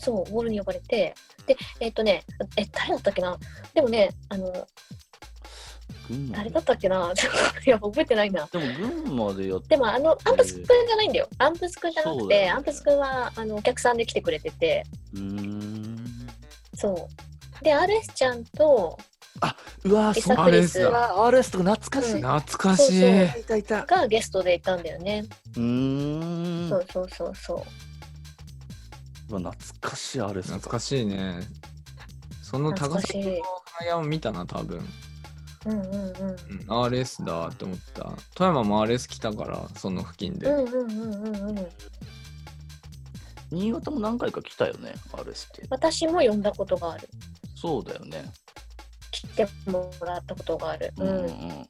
Speaker 3: そうウォールに呼ばれてでえっ、とねえ誰だったっけなでもねあの
Speaker 2: 群馬で
Speaker 3: 誰だったっけな ちょっといや覚えてないな
Speaker 2: でも群馬でやっ
Speaker 3: でもあのアンプスくんじゃないんだよアンプスくんじゃな
Speaker 2: そ
Speaker 3: く
Speaker 2: うだよ
Speaker 3: て、
Speaker 2: ね
Speaker 3: アンプスくんはあのお客さんで来てくれてて
Speaker 2: うーん。
Speaker 3: そうでアレスちゃんと
Speaker 2: うわそ
Speaker 3: エ
Speaker 2: う
Speaker 3: サ
Speaker 2: だ
Speaker 1: う
Speaker 3: クリス
Speaker 1: だ
Speaker 2: わー RS とか懐かしい。
Speaker 3: うん
Speaker 1: 懐かしい。
Speaker 2: いたいた。
Speaker 3: がゲストでいたんだよね、
Speaker 2: うーん。う
Speaker 3: そ
Speaker 2: わ
Speaker 3: うそうそうそう
Speaker 2: 懐かしい RS
Speaker 1: 懐
Speaker 2: とか。
Speaker 1: かしいね。その
Speaker 3: 懐
Speaker 1: 高
Speaker 3: かし
Speaker 1: 崎の
Speaker 3: い
Speaker 1: 花屋を見たな、多分。
Speaker 3: うんうんうん
Speaker 1: うん、RS だって思った。富山も RS 来たから、その付近で。
Speaker 3: うんうんうんうんうん
Speaker 2: 新潟も何回か来たよね、RS って。
Speaker 3: 私も呼んだことがある
Speaker 2: そうだよね。
Speaker 3: 来てもらったことがある、
Speaker 2: う
Speaker 3: う
Speaker 2: う
Speaker 3: んん
Speaker 2: ん。い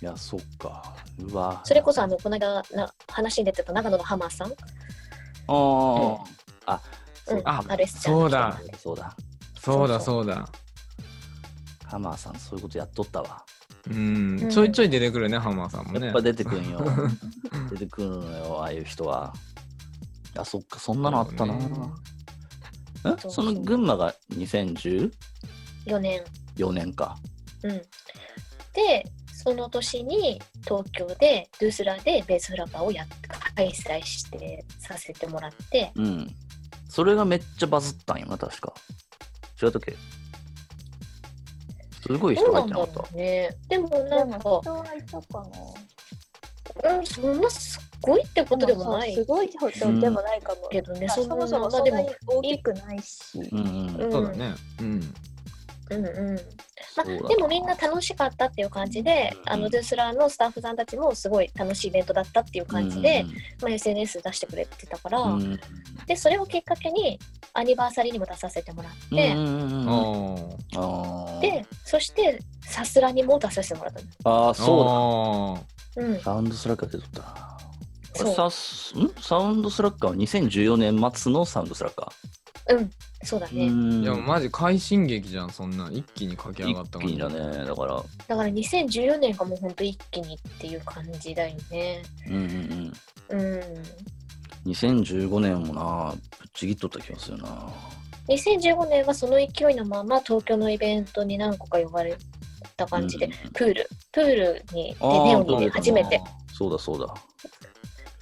Speaker 2: や、そっか。うわ
Speaker 3: それこそあのこの間な話に出てた長野のハマーさん、
Speaker 2: ああ。あ、
Speaker 3: うん、
Speaker 1: あ
Speaker 3: アレスちゃん
Speaker 1: そうだ
Speaker 2: そうだ。
Speaker 1: そうだ、そうだ。
Speaker 2: ハマーさん、そういうことやっとったわ。
Speaker 1: うん
Speaker 3: う、ん
Speaker 1: ちょいちょい出てくるね、ハマーさんもね。
Speaker 2: やっぱ出てく んよ。出てくるのよ、ああいう人は。あ、そっか、そんなのあったな。
Speaker 1: そうね
Speaker 2: え
Speaker 3: そう
Speaker 2: その群馬が2014
Speaker 3: 4年
Speaker 2: 年か。
Speaker 3: うん、でその年に東京でドゥースラーでベースフラワーをやっ開催してさせてもらって
Speaker 2: うん。それがめっちゃバズったんよな、確か。違ったっけすごい
Speaker 3: ど
Speaker 2: 人
Speaker 3: う
Speaker 2: が
Speaker 3: な
Speaker 2: 入ってなか
Speaker 3: んだろ
Speaker 2: った。
Speaker 3: うねでも
Speaker 4: で
Speaker 3: なんか
Speaker 4: も、人はいたかな
Speaker 3: うん、そんなすっごいってことでもな
Speaker 4: まあそう
Speaker 3: い
Speaker 4: すごいほどでもないかも、
Speaker 3: けどね、
Speaker 4: まあ
Speaker 3: そ
Speaker 4: そ
Speaker 3: んな
Speaker 4: もそも
Speaker 3: まあ
Speaker 4: そん
Speaker 3: で
Speaker 4: なに
Speaker 3: も、
Speaker 4: 大きくないし、
Speaker 2: うんうん。
Speaker 1: そうだね。うん。
Speaker 3: うんうん
Speaker 2: そ
Speaker 3: ま
Speaker 2: う
Speaker 3: あ、
Speaker 2: だ
Speaker 3: でもみんな楽しかったっていう感じで、
Speaker 2: うん
Speaker 3: あのドゥースラーのスタッフさんたちもすごい楽しいイベントだったっていう感じで、まあ、SNS 出してくれてたから、
Speaker 2: うんうん
Speaker 3: でそれをきっかけにアニバーサリーにも出させてもらっ
Speaker 2: う
Speaker 3: て、
Speaker 2: んうんうんうんあ
Speaker 1: あ
Speaker 2: ー
Speaker 3: でそしてさすらにも出させてもらったの
Speaker 2: あー、
Speaker 1: あ。
Speaker 2: そうだ。
Speaker 1: だ。
Speaker 3: うん
Speaker 2: サウンドスラッガー出とったな。
Speaker 3: そう
Speaker 2: さすんサウンドスラッガーは2014年末のサウンドスラッガ
Speaker 3: うんそうだ
Speaker 2: ー。
Speaker 3: ね、
Speaker 2: ん
Speaker 1: いや、マジ快進撃じゃん、そんなん。一気に駆け上がった
Speaker 2: 一気にだ
Speaker 1: ね。
Speaker 2: ね。だから、
Speaker 3: だから2014年がもうほんと一気にっていう感じだよね
Speaker 2: うんうんうん。
Speaker 3: うん
Speaker 2: 2015年もな、ぶっちぎっとった気がするな。
Speaker 3: 2015年はその勢いのまま東京のイベントに何個か呼ばれた感じで、
Speaker 2: うん
Speaker 3: プールプールにで
Speaker 2: あー
Speaker 3: ネオンに
Speaker 2: そうだ
Speaker 3: 初めて
Speaker 2: そうだそうだ。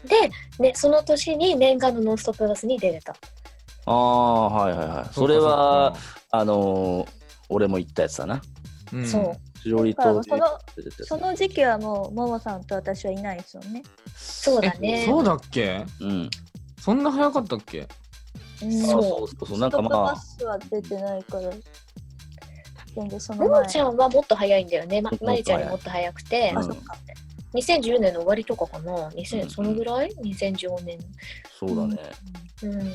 Speaker 3: で、ね、その年に念願の「ノンストップガス」に出れた
Speaker 2: ああ、はいはいはい。それは、あのー、俺も言ったやつだな。
Speaker 1: そっか、うん
Speaker 3: そう
Speaker 2: しおり
Speaker 4: だか
Speaker 2: と
Speaker 4: らその
Speaker 2: 出てたやつ
Speaker 4: その時期はもうももさんと私はいないですよね、
Speaker 3: そうだね
Speaker 1: えそうだっけ
Speaker 2: うん。
Speaker 1: そんな早かったっけ
Speaker 4: うん
Speaker 2: あー
Speaker 3: そう
Speaker 2: そうそうそう。なんかま
Speaker 4: バ
Speaker 2: あ、
Speaker 4: スは出てないから全然その
Speaker 3: ももち
Speaker 4: 前
Speaker 3: ゃんはもっと早いんだよねま
Speaker 2: もっと早い
Speaker 3: まりちゃんにもっと早くて、
Speaker 2: うん
Speaker 4: あそっか
Speaker 3: 2010年の終わりとかかな2000、
Speaker 2: うん
Speaker 3: そのぐらい2014年
Speaker 2: そうだね。
Speaker 3: うん